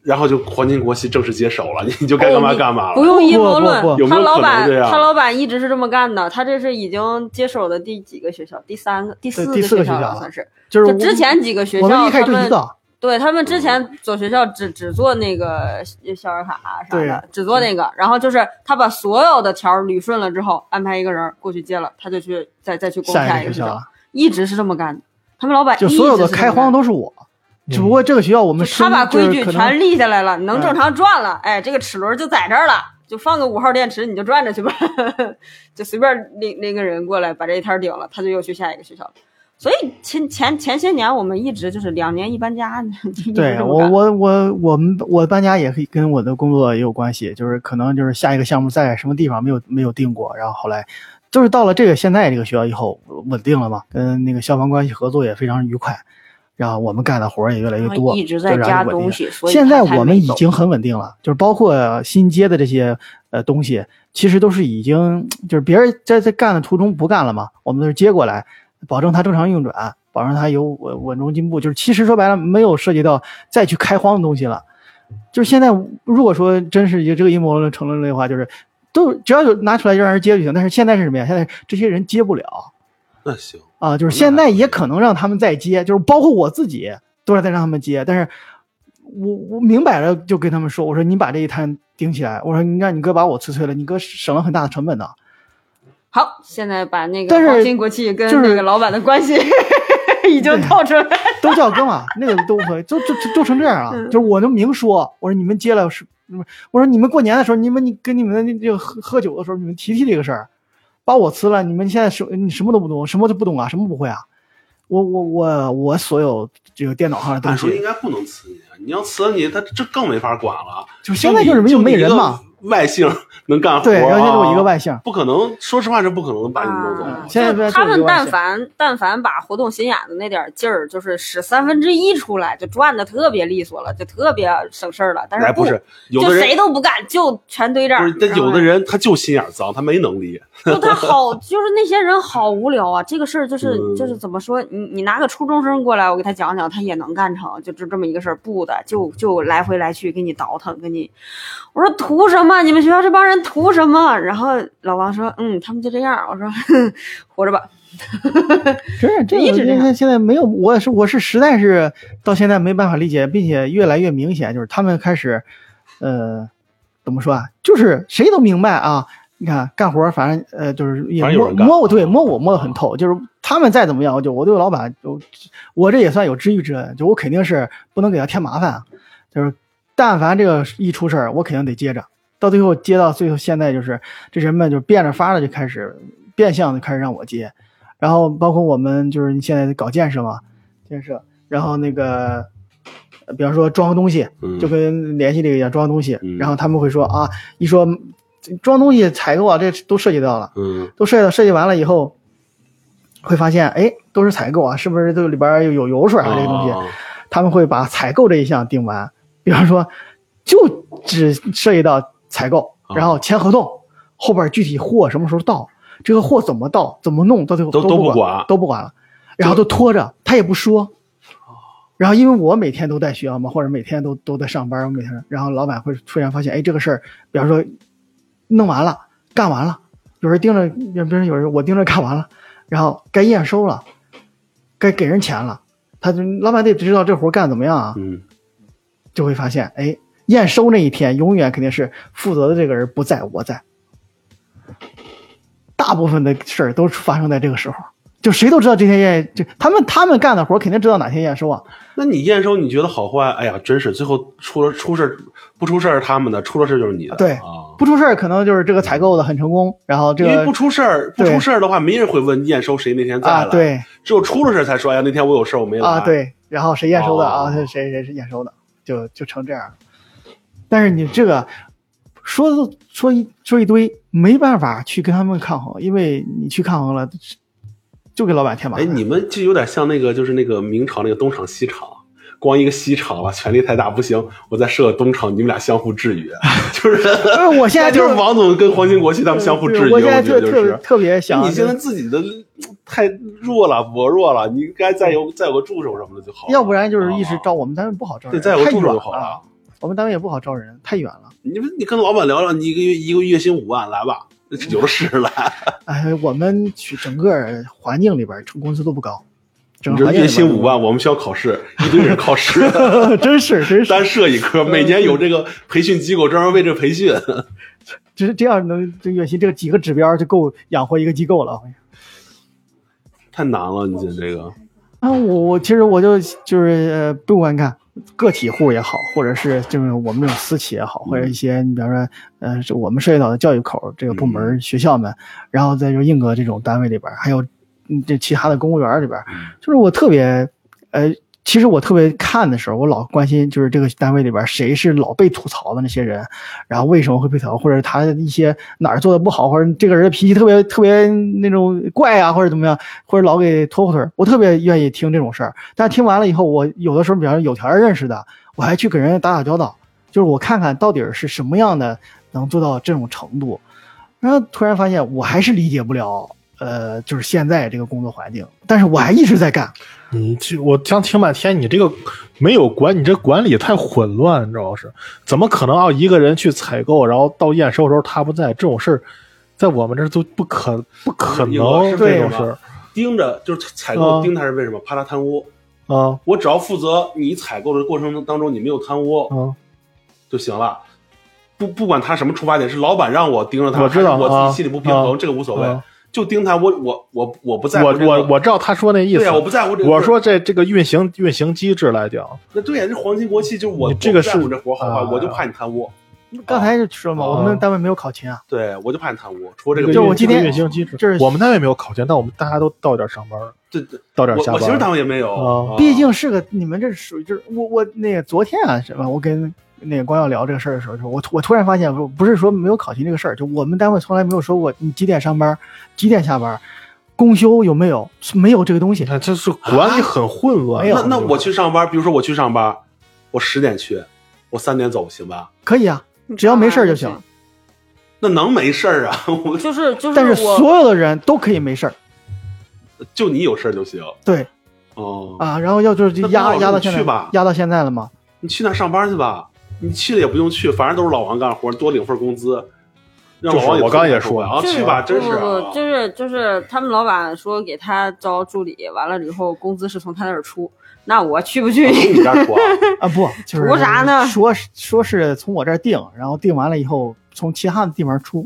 然后就皇亲国戚正式接手了，你你就该干嘛干嘛不了。用阴谋哦不论不不，他老有没有可能板这样他老板一直是这么干的，他这是已经接手的第几个学校？第三个、第四第四个学学校了，了算是。就是就我之前几个学我们校，一开他始就一们个，对他们之前做学校只只做那个校园卡啊啥对的，只做那个，然后就是他把所有的条儿捋顺了之后，安排一个人儿过去接了，他就去再再去攻下下一一个个学学校校了，，一直是这么干的。他们老板就一所有直的是这开么干荒都是我，只不过这个学校我们就他升把就是规矩可能全立下来了，你能嗯正常转了，哎，这个齿轮就在这儿了，就放个五号电池，你就转着去吧， *laughs* 就随便拎拎个人过来把这一摊儿顶了，他就又去下一个学校了。所以前前前些年我们一直就是两年一搬家， *laughs* 一直对这么我干我我我们我搬家也可以跟我的工作也有关系，就是可能就是下一个项目在什么地方没有没有定过，然后后来就是到了这个现在这个学校以后稳定了嘛，跟那个消防关系合作也非常愉快，然后我们干的活儿也越来越然后多，一直就在让加人稳定东西，所以现他在才我没们已走经很稳定了，就是包括新接的这些呃东西，其实都是已经就是别人在在干的途中不干了嘛，我们都是接过来，保证它正常运转，保证它有稳稳中进步。就是其实说白了，没有涉及到再去开荒的东西了。就是现在，如果说真是一个这个阴谋论成论的话，就是都只要有拿出来让人接就行。但是现在是什么呀？现在这些人接不了，那行，啊，就是现在也可能让他们再接，就是包括我自己都是在让他们接，但是我我明摆着就跟他们说，我说你把这一摊顶起来，我说你让你哥把我辞退了，你哥省了很大的成本的。好，现在把那但个是皇亲国戚跟就是那个老板的关系 *laughs* 已经透出来，都叫哥嘛，那个都无所谓，都都都都成这样了。就是我就明说，我说你们接了是，嗯我说你们过年的时候，你们你跟你们的这个喝喝酒的时候，你们提提这个事儿，把我辞了，你们现在什你什么都不懂，什么都不懂啊，什么不会啊？我我我我所有这个电脑上的东按说应西，该不能辞你，啊你要辞你，他这更没法管了。就现在就是没就有你没人嘛，，就你一个外姓能干活、啊，对，然后现在我一个外向，不可能，说实话是不可能把你弄走的。啊现在就是这他个就们完但事凡但凡把活动心眼的那点儿劲儿，就是使三分之一出来，就转的特别利索了，就特别省事儿了。但是哎，不是，有就的谁人都不干，就全堆这不儿是，。但有的人他就心眼脏，他没能力。然后就他好，就是那些人好无聊啊。这个事 *laughs* 儿就是嗯就是怎么说，你你拿个初中生过来，我给他讲讲，他也能干成，就就这么一个事儿。不的，就就来回来去给你倒腾，给你。我说图什么？你们学校这帮人图什么？然后老王说，嗯，他们就这样。我说， *laughs* 哼活着吧。真是这一直这个现样在现在没有，我是我是实在是到现在没办法理解，并且越来越明显，就是他们开始，呃，怎么说啊？就是谁都明白啊。你看干活，反正呃，就是也反正有摸人干啊摸我，对摸我摸得很透。就是他们再怎么样，我就我对老板，就我这也算有知遇之恩，就我肯定是不能给他添麻烦啊。就是但凡这个一出事儿，我肯定得接着。到最后接到最后现在就是这人们就变着法儿的就开始变相的开始让我接，然后包括我们就是现在搞建设嘛，建设，然后那个呃比方说装东西，嗯就跟联系这个一样装东西，嗯然后他们会说啊，一说这装东西采购啊，这都涉及到了。嗯都设计到设计完了以后，会发现哎，都是采购啊，是不是都里边有有油水啊这个东西？啊他们会把采购这一项定完，比方说就只涉及到采购，啊然后签合同，后边具体货什么时候到，这个货怎么到，怎么弄，到最后都都都不管管，都不管了，然后都拖着，他也不说。然后因为我每天都在学校嘛，或者每天都都在上班，我每天，然后老板会突然发现，哎，这个事儿，比方说弄完了，干完了，有人盯着，有别人有人我盯着干完了，然后该验收了，该给人钱了，他就老板得知道这活干得怎么样啊，嗯就会发现，哎，验收那一天永远肯定是负责的这个人不在，我在。大部分的事儿都发生在这个时候，就谁都知道这天验，就他们他们干的活儿肯定知道哪天验收啊。那你验收你觉得好坏？哎呀，真是最后出了出事儿不出事儿是他们的，出了事儿就是你的。对啊，不出事儿可能就是这个采购的很成功，然后这因为个不出事儿，不对出事儿的话，没人会问验收谁那天在啊了。，对只有出了事儿才说，哎呀，那天我有事儿我没来。啊，对，然后谁验收的哦啊？谁谁谁是验收的，就就成这样。但是你这个说说一说一堆，没办法去跟他们抗衡，因为你去抗衡了，就给老板添麻哎，烦。你们就有点像那个，就是那个明朝那个东厂西厂，光一个西厂了，权力太大不行，我再设个东厂，你们俩相互制约，就是不呃是我现 *laughs* 在就就是王总跟黄兴国系他们相互制约，我我现在觉特得特就别是。哎特别想，你现在自己的太弱了，薄弱了，你应该再有再有个助手什么的就好了。要不然就是一直啊招我们单位不好招对，人，再有个太助远手就好啊了了。。我们单位也不好招人，太远了。你们你跟老板聊聊，你一个月一个月薪五万，来吧，有的是来。哎，我们去整个环境里边，工资都不高，整你这个环境月里边薪五万，我们需要考试，一堆人 *laughs* 考试， *laughs* 真是真是，单设一科，每年有这个培训机构专门为这培训。这这样能这月薪这几个指标就够养活一个机构了。太难了，你这这个，啊，我我其实我就就是呃，不管看个体户也好，或者是这种我们这种私企也好，或者一些你比方说呃，是我们涉及到的教育口这个部门、学校们，然后再就硬格这种单位里边儿，还有嗯这其他的公务员里边儿，就是我特别呃，其实我特别看的时候，我老关心就是这个单位里边儿谁是老被吐槽的那些人，然后为什么会被吐槽，或者他一些哪儿做的不好，或者这个人脾气特别特别那种怪啊，或者怎么样，或者老给拖后腿儿，我特别愿意听这种事儿。但听完了以后，我有的时候，比方说有条儿认识的，我还去给人家打打交道，就是我看看到底是什么样的能做到这种程度。然后突然发现，我还是理解不了，呃，就是现在这个工作环境，但是我还一直在干。你这嗯我想听半天，你这个没有管，你这管理太混乱，主要是怎么可能啊？一个人去采购，然后到验收的时候他不在，这种事儿在我们这儿都不可不可有老能师这对种事儿盯着就是采购啊盯他是为什么？怕他贪污。啊我只要负责你采购的过程当中你没有贪污啊！就行了，不不管他什么出发点是老板让我盯着他，我知道还是我自啊己心里不平衡，啊这个无所谓啊，就盯他。我我我我不在乎我这个我我知道他说那意对啊思呀，，我不在乎这个。我说这这个运行运行机制来讲，那对呀，这皇亲国戚就是我你这个我不在乎是这活好坏，啊我就怕你贪污，刚才就说嘛，哦我们单位没有考勤啊，对我就怕你贪污。除了这这个个病，就运我今天这个运行机制，就是我们单位没有考勤，但我们大家都到点儿上班，对对，到点儿我下我媳妇班。单位也没有，啊啊毕竟是个你们这属于就是我我那个昨天啊什么，我跟那个光耀聊这个事儿的时候，就我突我突然发现不不是说没有考勤这个事儿，就我们单位从来没有说过你几点上班，几点下班，公休有没有是没有这个东西你。看，这是管理很混乱。没有那那我去上班，比如说我去上班，我十点去，我三点走行吧？可以啊，只要没事儿就行。那能没事儿啊？ *laughs* 我就是就是，但是我所有的人都可以没事儿。就你有事儿就行。对哦，啊，然后要就是那那压我压到就现去吧在，压到现在了嘛。你去那上班去吧，你去了也不用去，反正都是老王干活，多领份工资。让老王就是我刚也说了啊，就是去吧，真不是啊不不，就是就是他们老板说给他招助理，完了以后工资是从他那儿出，那我去不哦去？你这儿 *laughs* 说啊，啊，不，就是图啥呢说是说是从我这儿定，然后定完了以后从其他的地方出，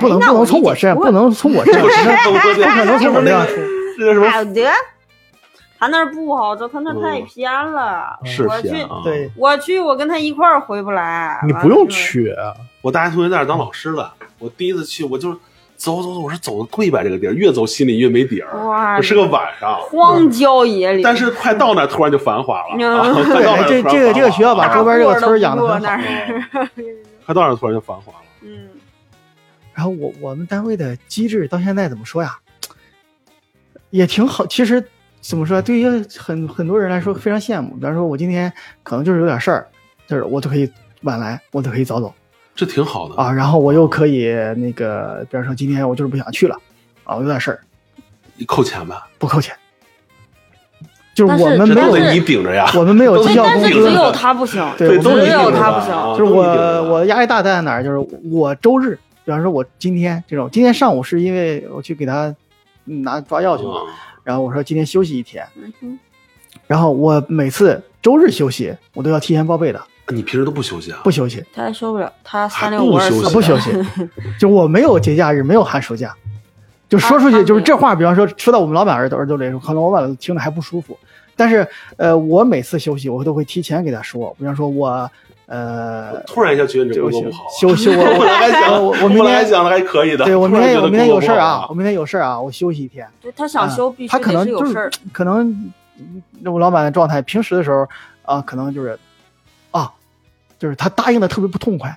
不哎能那不我能理从我解啊身上，不 *laughs* 不能从我身这上，不是不不可能从我身上这出。这叫什么？好的，他那儿不好找，他那儿太哦嗯偏了。是我偏去，啊。，对，我去，我跟他一块儿回不来。你不用，去，啊我大学同学在那儿当老师的，我第一次去，我就走走走，我是走的跪拜这个地儿，越走心里越没底儿。哇，我是个晚上，荒郊野岭。但是快到那儿突然就繁华了。嗯啊快对到那儿这突然这个这个繁华学校把了啊周边这个村儿养得过很那好。 *laughs* 儿，快到那儿突然就繁华了。嗯，然后我我们单位的机制到现在怎么说呀，也挺好。其实怎么说，对于很很多人来说非常羡慕。比方说，我今天可能就是有点事儿，就是我都可以晚来，我都可以早走这挺好的啊。然后我又可以那个，比方说今天我就是不想去了啊，我有点事儿你扣钱吧，不扣钱。就是但是我们这没都但得是你有，顶着呀。我们没有都绩是效但工是资，只有他不行，对都只是你有顶着他的不啊行。就是都是你顶着我的我的压力大在哪儿？就是我周日，比方说我今天这种，今天上午是因为我去给他嗯拿抓药去嘛，啊然后我说今天休息一天，嗯哼然后我每次周日休息我都要提前报备的，你平时都不休息啊？不休息，他受不了，他还三六五不二休息四啊，不休息， *laughs* 就我没有节假日，没有寒暑假，就说出啊去就是啊这话，比方说说到我们老板耳朵耳朵里，可能我老板听着还不舒服，但是呃，我每次休息我都会提前给他说，比方说我呃。突然一下觉得你这就工休作不好啊。休息我 *laughs* 我本来还想，我我本明来还天想的还可以的。对我突明然天有觉得我明天工作有事不儿好啊，我明天有事儿啊，我休息一天。对他想休必须啊他可得能是就有事是儿，可能那我老板的状态，平时的时候啊，可能就是啊，就是他答应的特别不痛快，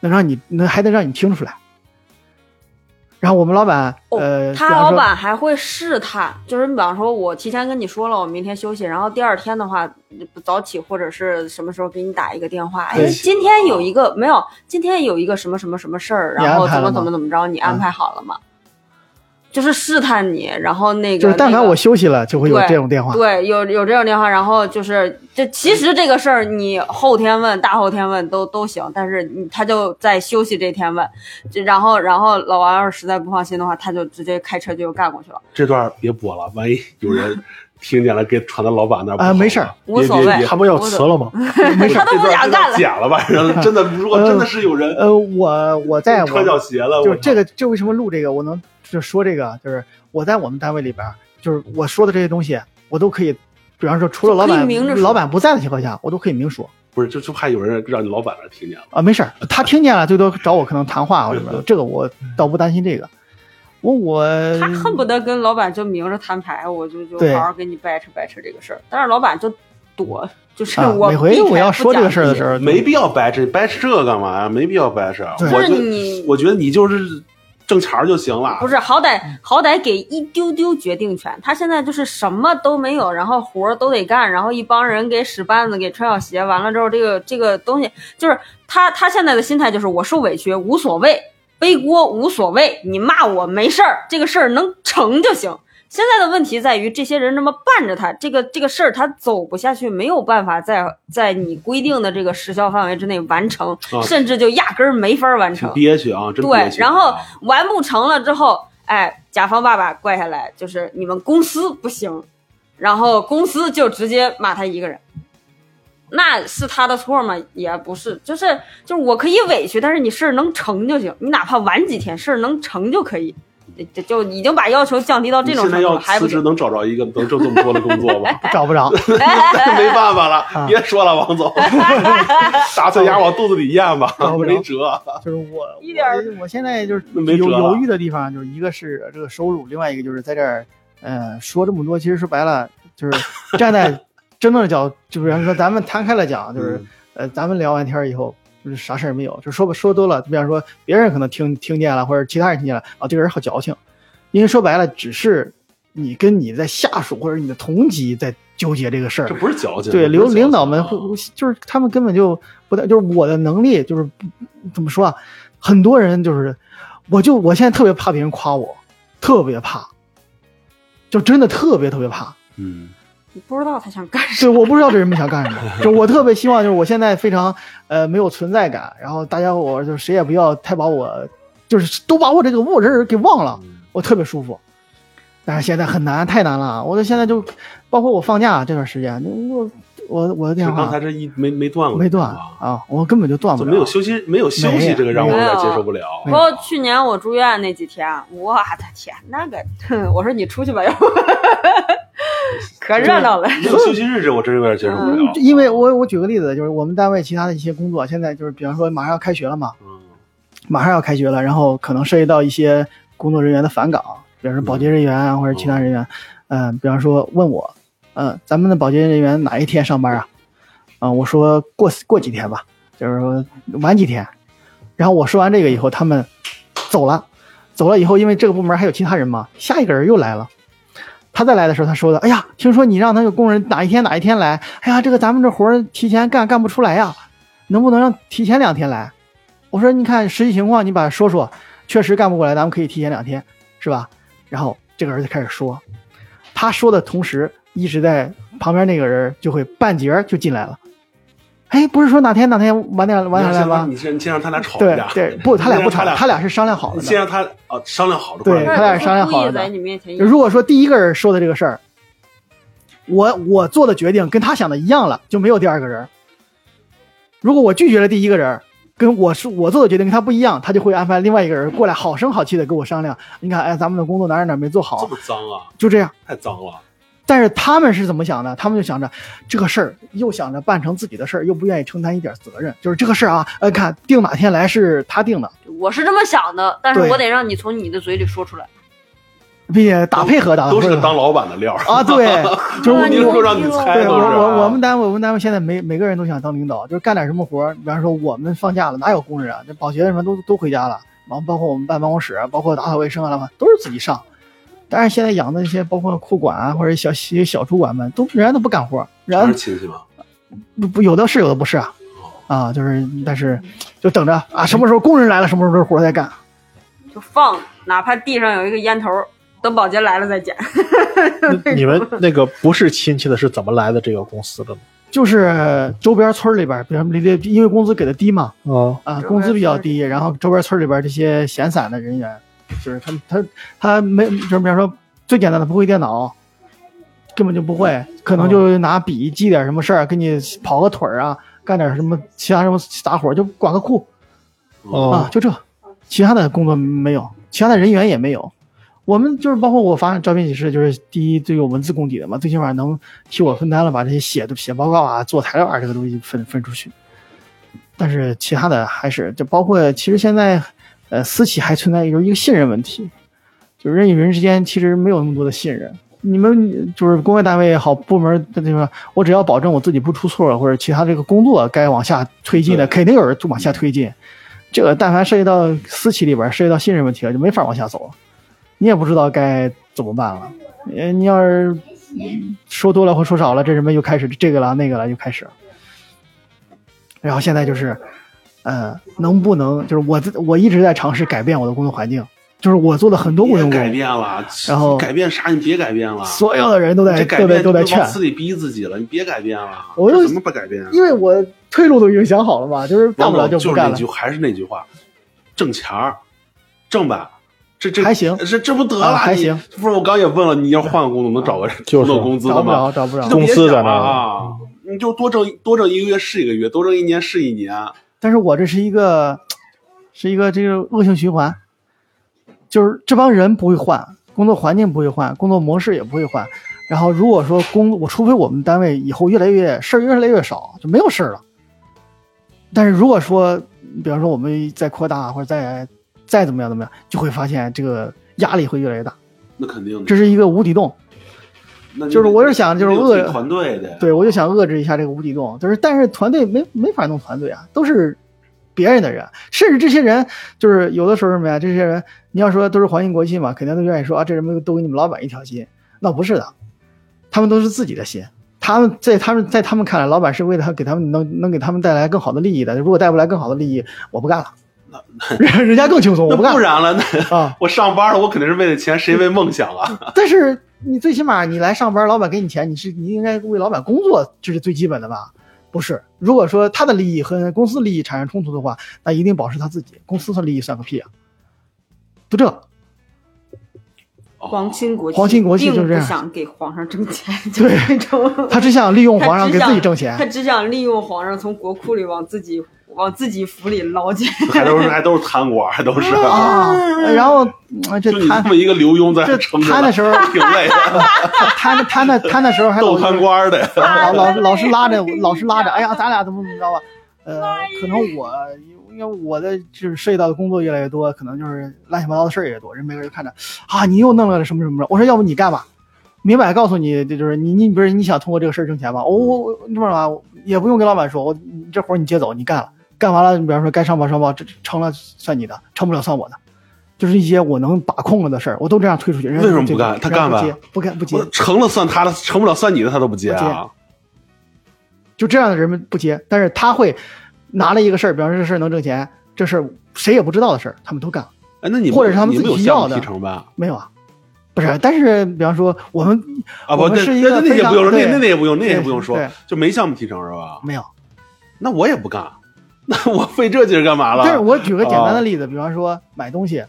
能让你能还能让你听出来。然后我们老板、呃，哦，他比方老说板还会试探，就是你比方说，我提前跟你说了，我明天休息，然后第二天的话早起或者是什么时候给你打一个电话，哎，对今天有一个没有，今天有一个什么什么什么事儿，你然后安排怎么了吗啊怎么怎么着，你安排好了吗？就是试探你，然后那个就是但凡那个我休息了，就会有对这种电话。对，有有这种电话，然后就是，就其实这个事儿，你后天问、大后天问都都行，但是你他就在休息这天问，就然后然后老王要是实在不放心的话，他就直接开车就干过去了，这段别播了，万一有人听见了，给传到老板那儿不啊好了没事儿别无所别谓别他不要辞了吗？他都不想干了。剪了吧，然后真的，如果真的是有人呃，我嗯我在穿小我鞋了，就我是这个，这为什么录这个？我能就说这个，就是我在我们单位里边儿，就是我说的这些东西，我都可以，比方说除了老就可以板明着说老板不在的情况下，我都可以明说。不是就就怕有人让你老板那儿听见了。啊，没事儿，他听见了，最多找我可能谈话或者什么的，这个我倒不担心这个。我我他恨不得跟老板就明着摊牌，我就就对好好跟你掰扯掰扯这个事儿，但是老板就躲，就是啊，我、每回我要说这个事儿的时候，候，没必要掰扯，掰扯这个干嘛呀？没必要掰扯。对我就是就你我觉得你就是挣钱儿就行了。不是，好歹嗯好歹给一丢丢决定权。他现在就是什么都没有，然后活儿都得干，然后一帮人给使绊子，给穿小鞋。完了之后，这个这个东西就是他他现在的心态就是我受委屈无所谓，背锅无所谓，你骂我没事儿，这个事儿能成就行。现在的问题在于，这些人这么伴着他，这个这个事儿他走不下去，没有办法在在你规定的这个时效范围之内完成，啊甚至就压根儿没法儿完成挺。憋屈啊，真憋对，屈啊。然后完不成了之后，哎，甲方爸爸怪下来就是你们公司不行，然后公司就直接骂他一个人。那是他的错吗？也不是，就是就是我可以委屈，但是你事儿能成就行，你哪怕晚几天，事儿能成就可以，就就已经把要求降低到这你种现在程度要了，还不辞职行。能找着一个能挣这么多的工作 *laughs* 吗？ *laughs* 找不着，没办法啊了，别说了，王 *laughs* 总，打碎牙往肚子里咽吧找，不着没辙。就是我一点儿我我现在就是没犹辙了犹豫的地方，就是一个是这个收入，另外一个就是在这儿，呃，说这么多，其实说白了就是站在 *laughs* 真正的角度，就比方说咱们摊开了讲，就是、嗯呃，咱们聊完天儿以后。就是啥事儿没有，就说吧，说多了，比方说别人可能听听见了，或者其他人听见了，啊，这个人好矫情，因为说白了，只是你跟你在下属或者你的同级在纠结这个事儿这，不是矫情，对，这不领是矫情啊领导们会会就是他们根本就不太，就是我的能力就是不怎么说啊，很多人就是，我就我现在特别怕别人夸我，特别怕，就真的特别特别怕。嗯，你不知道他想干啥对，，我不知道这人们想干什么，就我特别希望就是我现在非常呃没有存在感，然后大家我就谁也不要太把我就是都把我这个我这人给忘了，嗯我特别舒服。但是现在很难，太难了。啊我就现在就，包括我放假这段时间，我我我的就电话刚才这一没没断过，没断啊啊，我根本就断不怎了。么没有啊休息？没有休没息有这个让我有没有点接受不了。包括去年我 *laughs* 住院那几天，我的天，那个，哼我说你出去吧，要不，可热闹了。没有休息日这我真有点接受不了。因为我我举个例子，就是我们单位其他的一些工作，现在就是比方说马上要开学了嘛，嗯马上要开学了，然后可能涉及到一些工作人员的返岗，比方说保洁嗯人员啊，或者其他哦人员，嗯、比方说问我，嗯、咱们的保洁人员哪一天上班啊？啊、我说过过几天吧，就是说晚几天。然后我说完这个以后，他们走了，走了以后，因为这个部门还有其他人嘛，下一个人又来了。他再来的时候，他说的：“哎呀，听说你让那个工人哪一天哪一天来，哎呀，这个咱们这活儿提前干干不出来呀，能不能让提前两天来？”我说：“你看实际情况，你把它说说，确实干不过来，咱们可以提前两天，是吧？”然后这个人就开始说，他说的同时，一直在旁边那个人就会半截儿就进来了。哎，不是说哪天哪天晚点晚点来吗你？先先让他俩吵一对架，对，不， *laughs* 他俩不吵他，俩他俩是商量好你了的先。让他啊商量好了，对过来他俩商量好故了意的在你面前，如果说第一个人说的这个事儿，我我做的决定跟他想的一样了，就没有第二个人。如果我拒绝了第一个人，跟我是我做的决定跟他不一样，他就会安排另外一个人过来，好声好气的跟我商量。你看，哎，咱们的工作哪儿哪儿没做这好，么脏啊，就这样。太脏了。啊但是他们是怎么想的？他们就想着这个事儿，又想着办成自己的事儿，又不愿意承担一点责任。就是这个事儿啊，呃，看定哪天来是他定的，我是这么想的，但是对我得让你从你的嘴里说出来。并且打配合，打配合都是当老板的料儿，啊，对，就是我啊一你定说让你猜 *laughs* 对我都是啊。我我们单位我们单位现在每每个人都想当领导，就是干点什么活儿，比方说我们放假了，哪有工人啊？这保洁什么都都回家了，然后包括我们办办公室，包括打扫卫生啊，都是自己上。但是现在养的那些，包括库管啊，或者小小小主管们，都人家都不干活儿，人还是家亲戚嘛，不不有的是，有的不是啊，啊，就是但是就等着啊，什么时候工人来了，什么时候这活儿再干。就放，哪怕地上有一个烟头，等保洁来了再捡。那 *laughs* 你们那个不是亲戚的是怎么来的这个公司的呢？就是周边村儿里边儿，比如离得因为工资给的低嘛，啊，啊，周工资边比较村儿低，然后周边村儿里边儿这些闲散的人员，就是他们他他没就是比方说最简单的不会电脑，根本就不会，可能就拿笔记点什么事儿，给你跑个腿儿啊，干点什么其他什么杂活儿，就管个库啊，哦，就这，其他的工作没有，其他的人员也没有。我们就是包括我发招聘启事，就是第一最有文字功底的嘛，最起码能替我分担了把这些写写报告啊、做材料啊这个东西分分出去。但是其他的还是就包括，其实现在呃私企还存在一个一个信任问题，就是人与人之间其实没有那么多的信任。你们就是公安单位也好，部门的地方，我只要保证我自己不出错，或者其他这个工作该往下推进的，肯定有人往下推进。这个但凡涉及到私企里边，涉及到信任问题了，就没法往下走了。你也不知道该怎么办了。呃，你要是嗯说多了或说少了，这人们又开始这个了那个了，又开始了。然后现在就是，呃，能不能就是我自我一直在尝试改变我的工作环境，就是我做的很多都工作改变了，然后改变啥？你别改变了，所有的人都你在这改都在变都在就是劝往，死里逼自己了，你别改变了，我就这怎么不改变啊？因为我退路都已经想好了嘛，就是大王不了总不是干那了句，。还是那句话，挣钱儿，挣吧。这这还行这这不得了？啊还你行。不是我刚也问了，你要换个工作能找个人就是能有工资找的不吗？着，找不着这。就别公司在想那了儿啊，你就多挣多挣一个月是一个月，多挣一年是一年。但是我这是一个，是一个这个恶性循环，就是这帮人不会换，工作环境不会换，工作模式也不会换。然后如果说工，我除非我们单位以后越来越事儿越来越少，就没有事儿了。但是如果说，比方说我们再扩大或者再再怎么样怎么样，就会发现这个压力会越来越大，那肯定的，这是一个无底洞。那就是我是想就是你得有饿自己团队的，对，我就想遏制一下这个无底洞，就是但是团队没没法弄团队啊，都是别人的人，甚至这些人就是有的时候什么呀，这些人你要说都是环境国际嘛，肯定都愿意说啊，这人们都给你们老板一条心，那不是的，他们都是自己的心。他们在他们在他们看来，老板是为了给他们能能给他们带来更好的利益的。如果带不来更好的利益，我不干了。 *laughs* 人人家更轻松，那我不干不了然了，那啊！我上班了，我肯定是为了钱，谁为梦想啊？但是你最起码你来上班，老板给你钱，你是你应该为老板工作，这是最基本的吧？不是，如果说他的利益和公司利益产生冲突的话，那一定保持他自己，公司的利益算个屁啊！就这，哦皇亲国戚，皇亲国戚就是这样并不想给皇上挣 *laughs* 钱，就是这种。 *laughs* 他只想利用他皇上只给自己想挣钱他，只想利用皇上从国库里往自己往自己府里捞去。还都是还都是贪官，还都是。啊，然后嗯这就你贪这 *laughs* 么一个刘墉在这撑着贪的呢，时候，挺累 *laughs* 的，贪的贪的贪的时候还老逗贪官的。 *laughs* 老老老是拉着，老是拉着，哎呀，咱俩怎么怎么着吧？呃，可能我因为我的就是涉及到的工作越来越多，可能就是乱七八糟的事儿也多，人每个人看着啊，你又弄了个什么什么的。我说要不你干吧，明摆告诉你，这就是你你不是你想通过这个事儿挣钱吧？我我我这么着吧，也不用跟老板说，我你这活儿你接走，你干了，干完了，比方说该上报上报，这成了算你的，成不了算我的。就是一些我能把控了的事儿，我都这样推出去。人家为什么接不干人他家干不吧接，不干不接我。成了算他的，成不了算你的，他都不接啊。就这样的人们不接，但是他会拿了一个事儿，比方说这事儿能挣钱，这事儿谁也不知道的事儿，他们都干了。哎，那你们或者是他们你们有自己要项目的提成吧？没有啊，不是，但是比方说我们啊，我不，们那是一那个那那非也常不用，那对那那也不用，那也对不用说对，就没项目提成是吧？没有，那我也不干， *laughs* 那我费这劲儿干嘛了？但是我举个简单的例子，比方说买东西，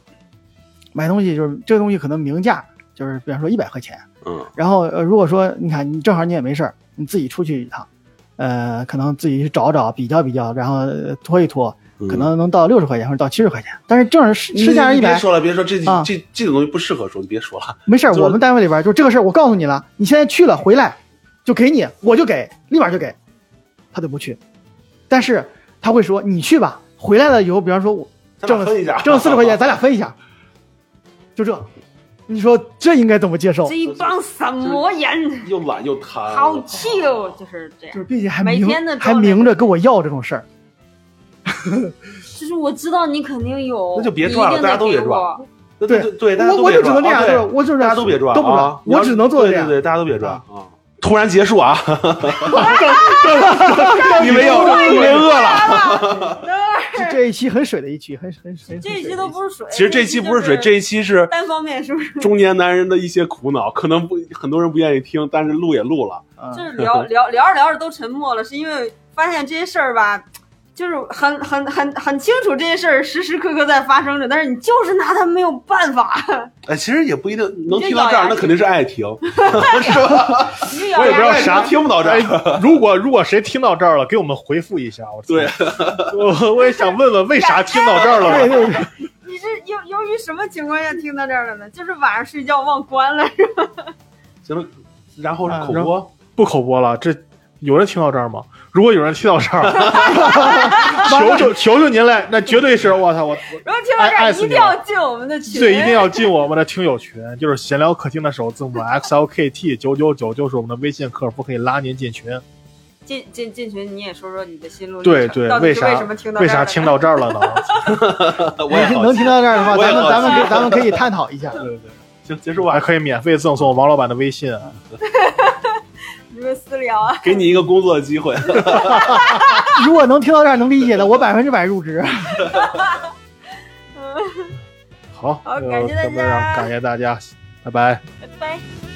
买东西就是这个东西可能明价就是比方说一百块钱，嗯，然后呃如果说你看你正好你也没事儿，你自己出去一趟，呃，可能自己去找找比较比较，然后呃拖一拖，嗯可能能到六十块钱或者到七十块钱，但是正好市你市价是你一百别，说了，别说这啊这这种东西不适合说，你别说了。没事儿，就是我们单位里边儿就这个事儿，我告诉你了，你现在去了回来就给你，我就给，立马就给，他就不去，但是他会说你去吧，回来了以后，比方说我咱挣俩了分一下，挣了四十 *laughs* 块钱，咱俩分一下，就这，你说这应该怎么接受这？一帮什么人，又懒又贪，好气哦，就是这样就。是并且还每明天的还状态明着跟我要这种事儿，就是我知道你肯定有，那就别你一赚了定得大家都给别赚我对对对，大家我都我别就只能赚这样，啊就对是我就是大家都别赚，都不赚啊，我只能做对这样对。对，大家都别赚啊啊！突然结束啊！ *laughs* 你没有，正你没饿了。这啊这一期很水的一期，很很很。这一期都不是水。其实这期不是水，这一期是单方面是不是？中年男人的一些苦恼，可能不很多人不愿意听，但是录也录了。啊就是聊聊聊着聊着都沉默了，是因为发现这些事儿吧，就是很很很很清楚这些事儿时时刻刻在发生着，但是你就是拿它没有办 *laughs* 法。哎，其实也不一定能听到这儿，那肯定是爱听，我我也不知道爱听啥听不到这哎儿。，如果如果谁听到这儿了，给我们回复一下。我对，我我也想问问为啥听到这儿了。对对对，你是由由于什么情况下听到这儿了呢？就是晚上睡觉忘关了，是吧行了，然后是啊口然播，不口播了，这有人听到这儿吗？如果有人听到这儿， *laughs* 求求求求您了，那绝对是我操我然后听到这爱爱儿死一你定要进我们的群，对，一定要进我们的听友群，就是闲聊客厅的首字母 XLKT 九九九，就是我们的微信客服，可以拉您进群。进进进群。你也说说你的心路历对程，对到，底为是啥为什么听到为这儿啥了听到这儿了呢？我也好能听奇。到这儿的话，我也咱们好咱们可以咱们可以探讨一下。对对对，行，结束我还吧，可以免费赠送王老板的微信。啊你们私聊啊？给你一个工作的机会。如果能听到这儿能理解的，我百分之百入职。好，好呃感谢大咱们让家感谢大家，拜拜。拜拜。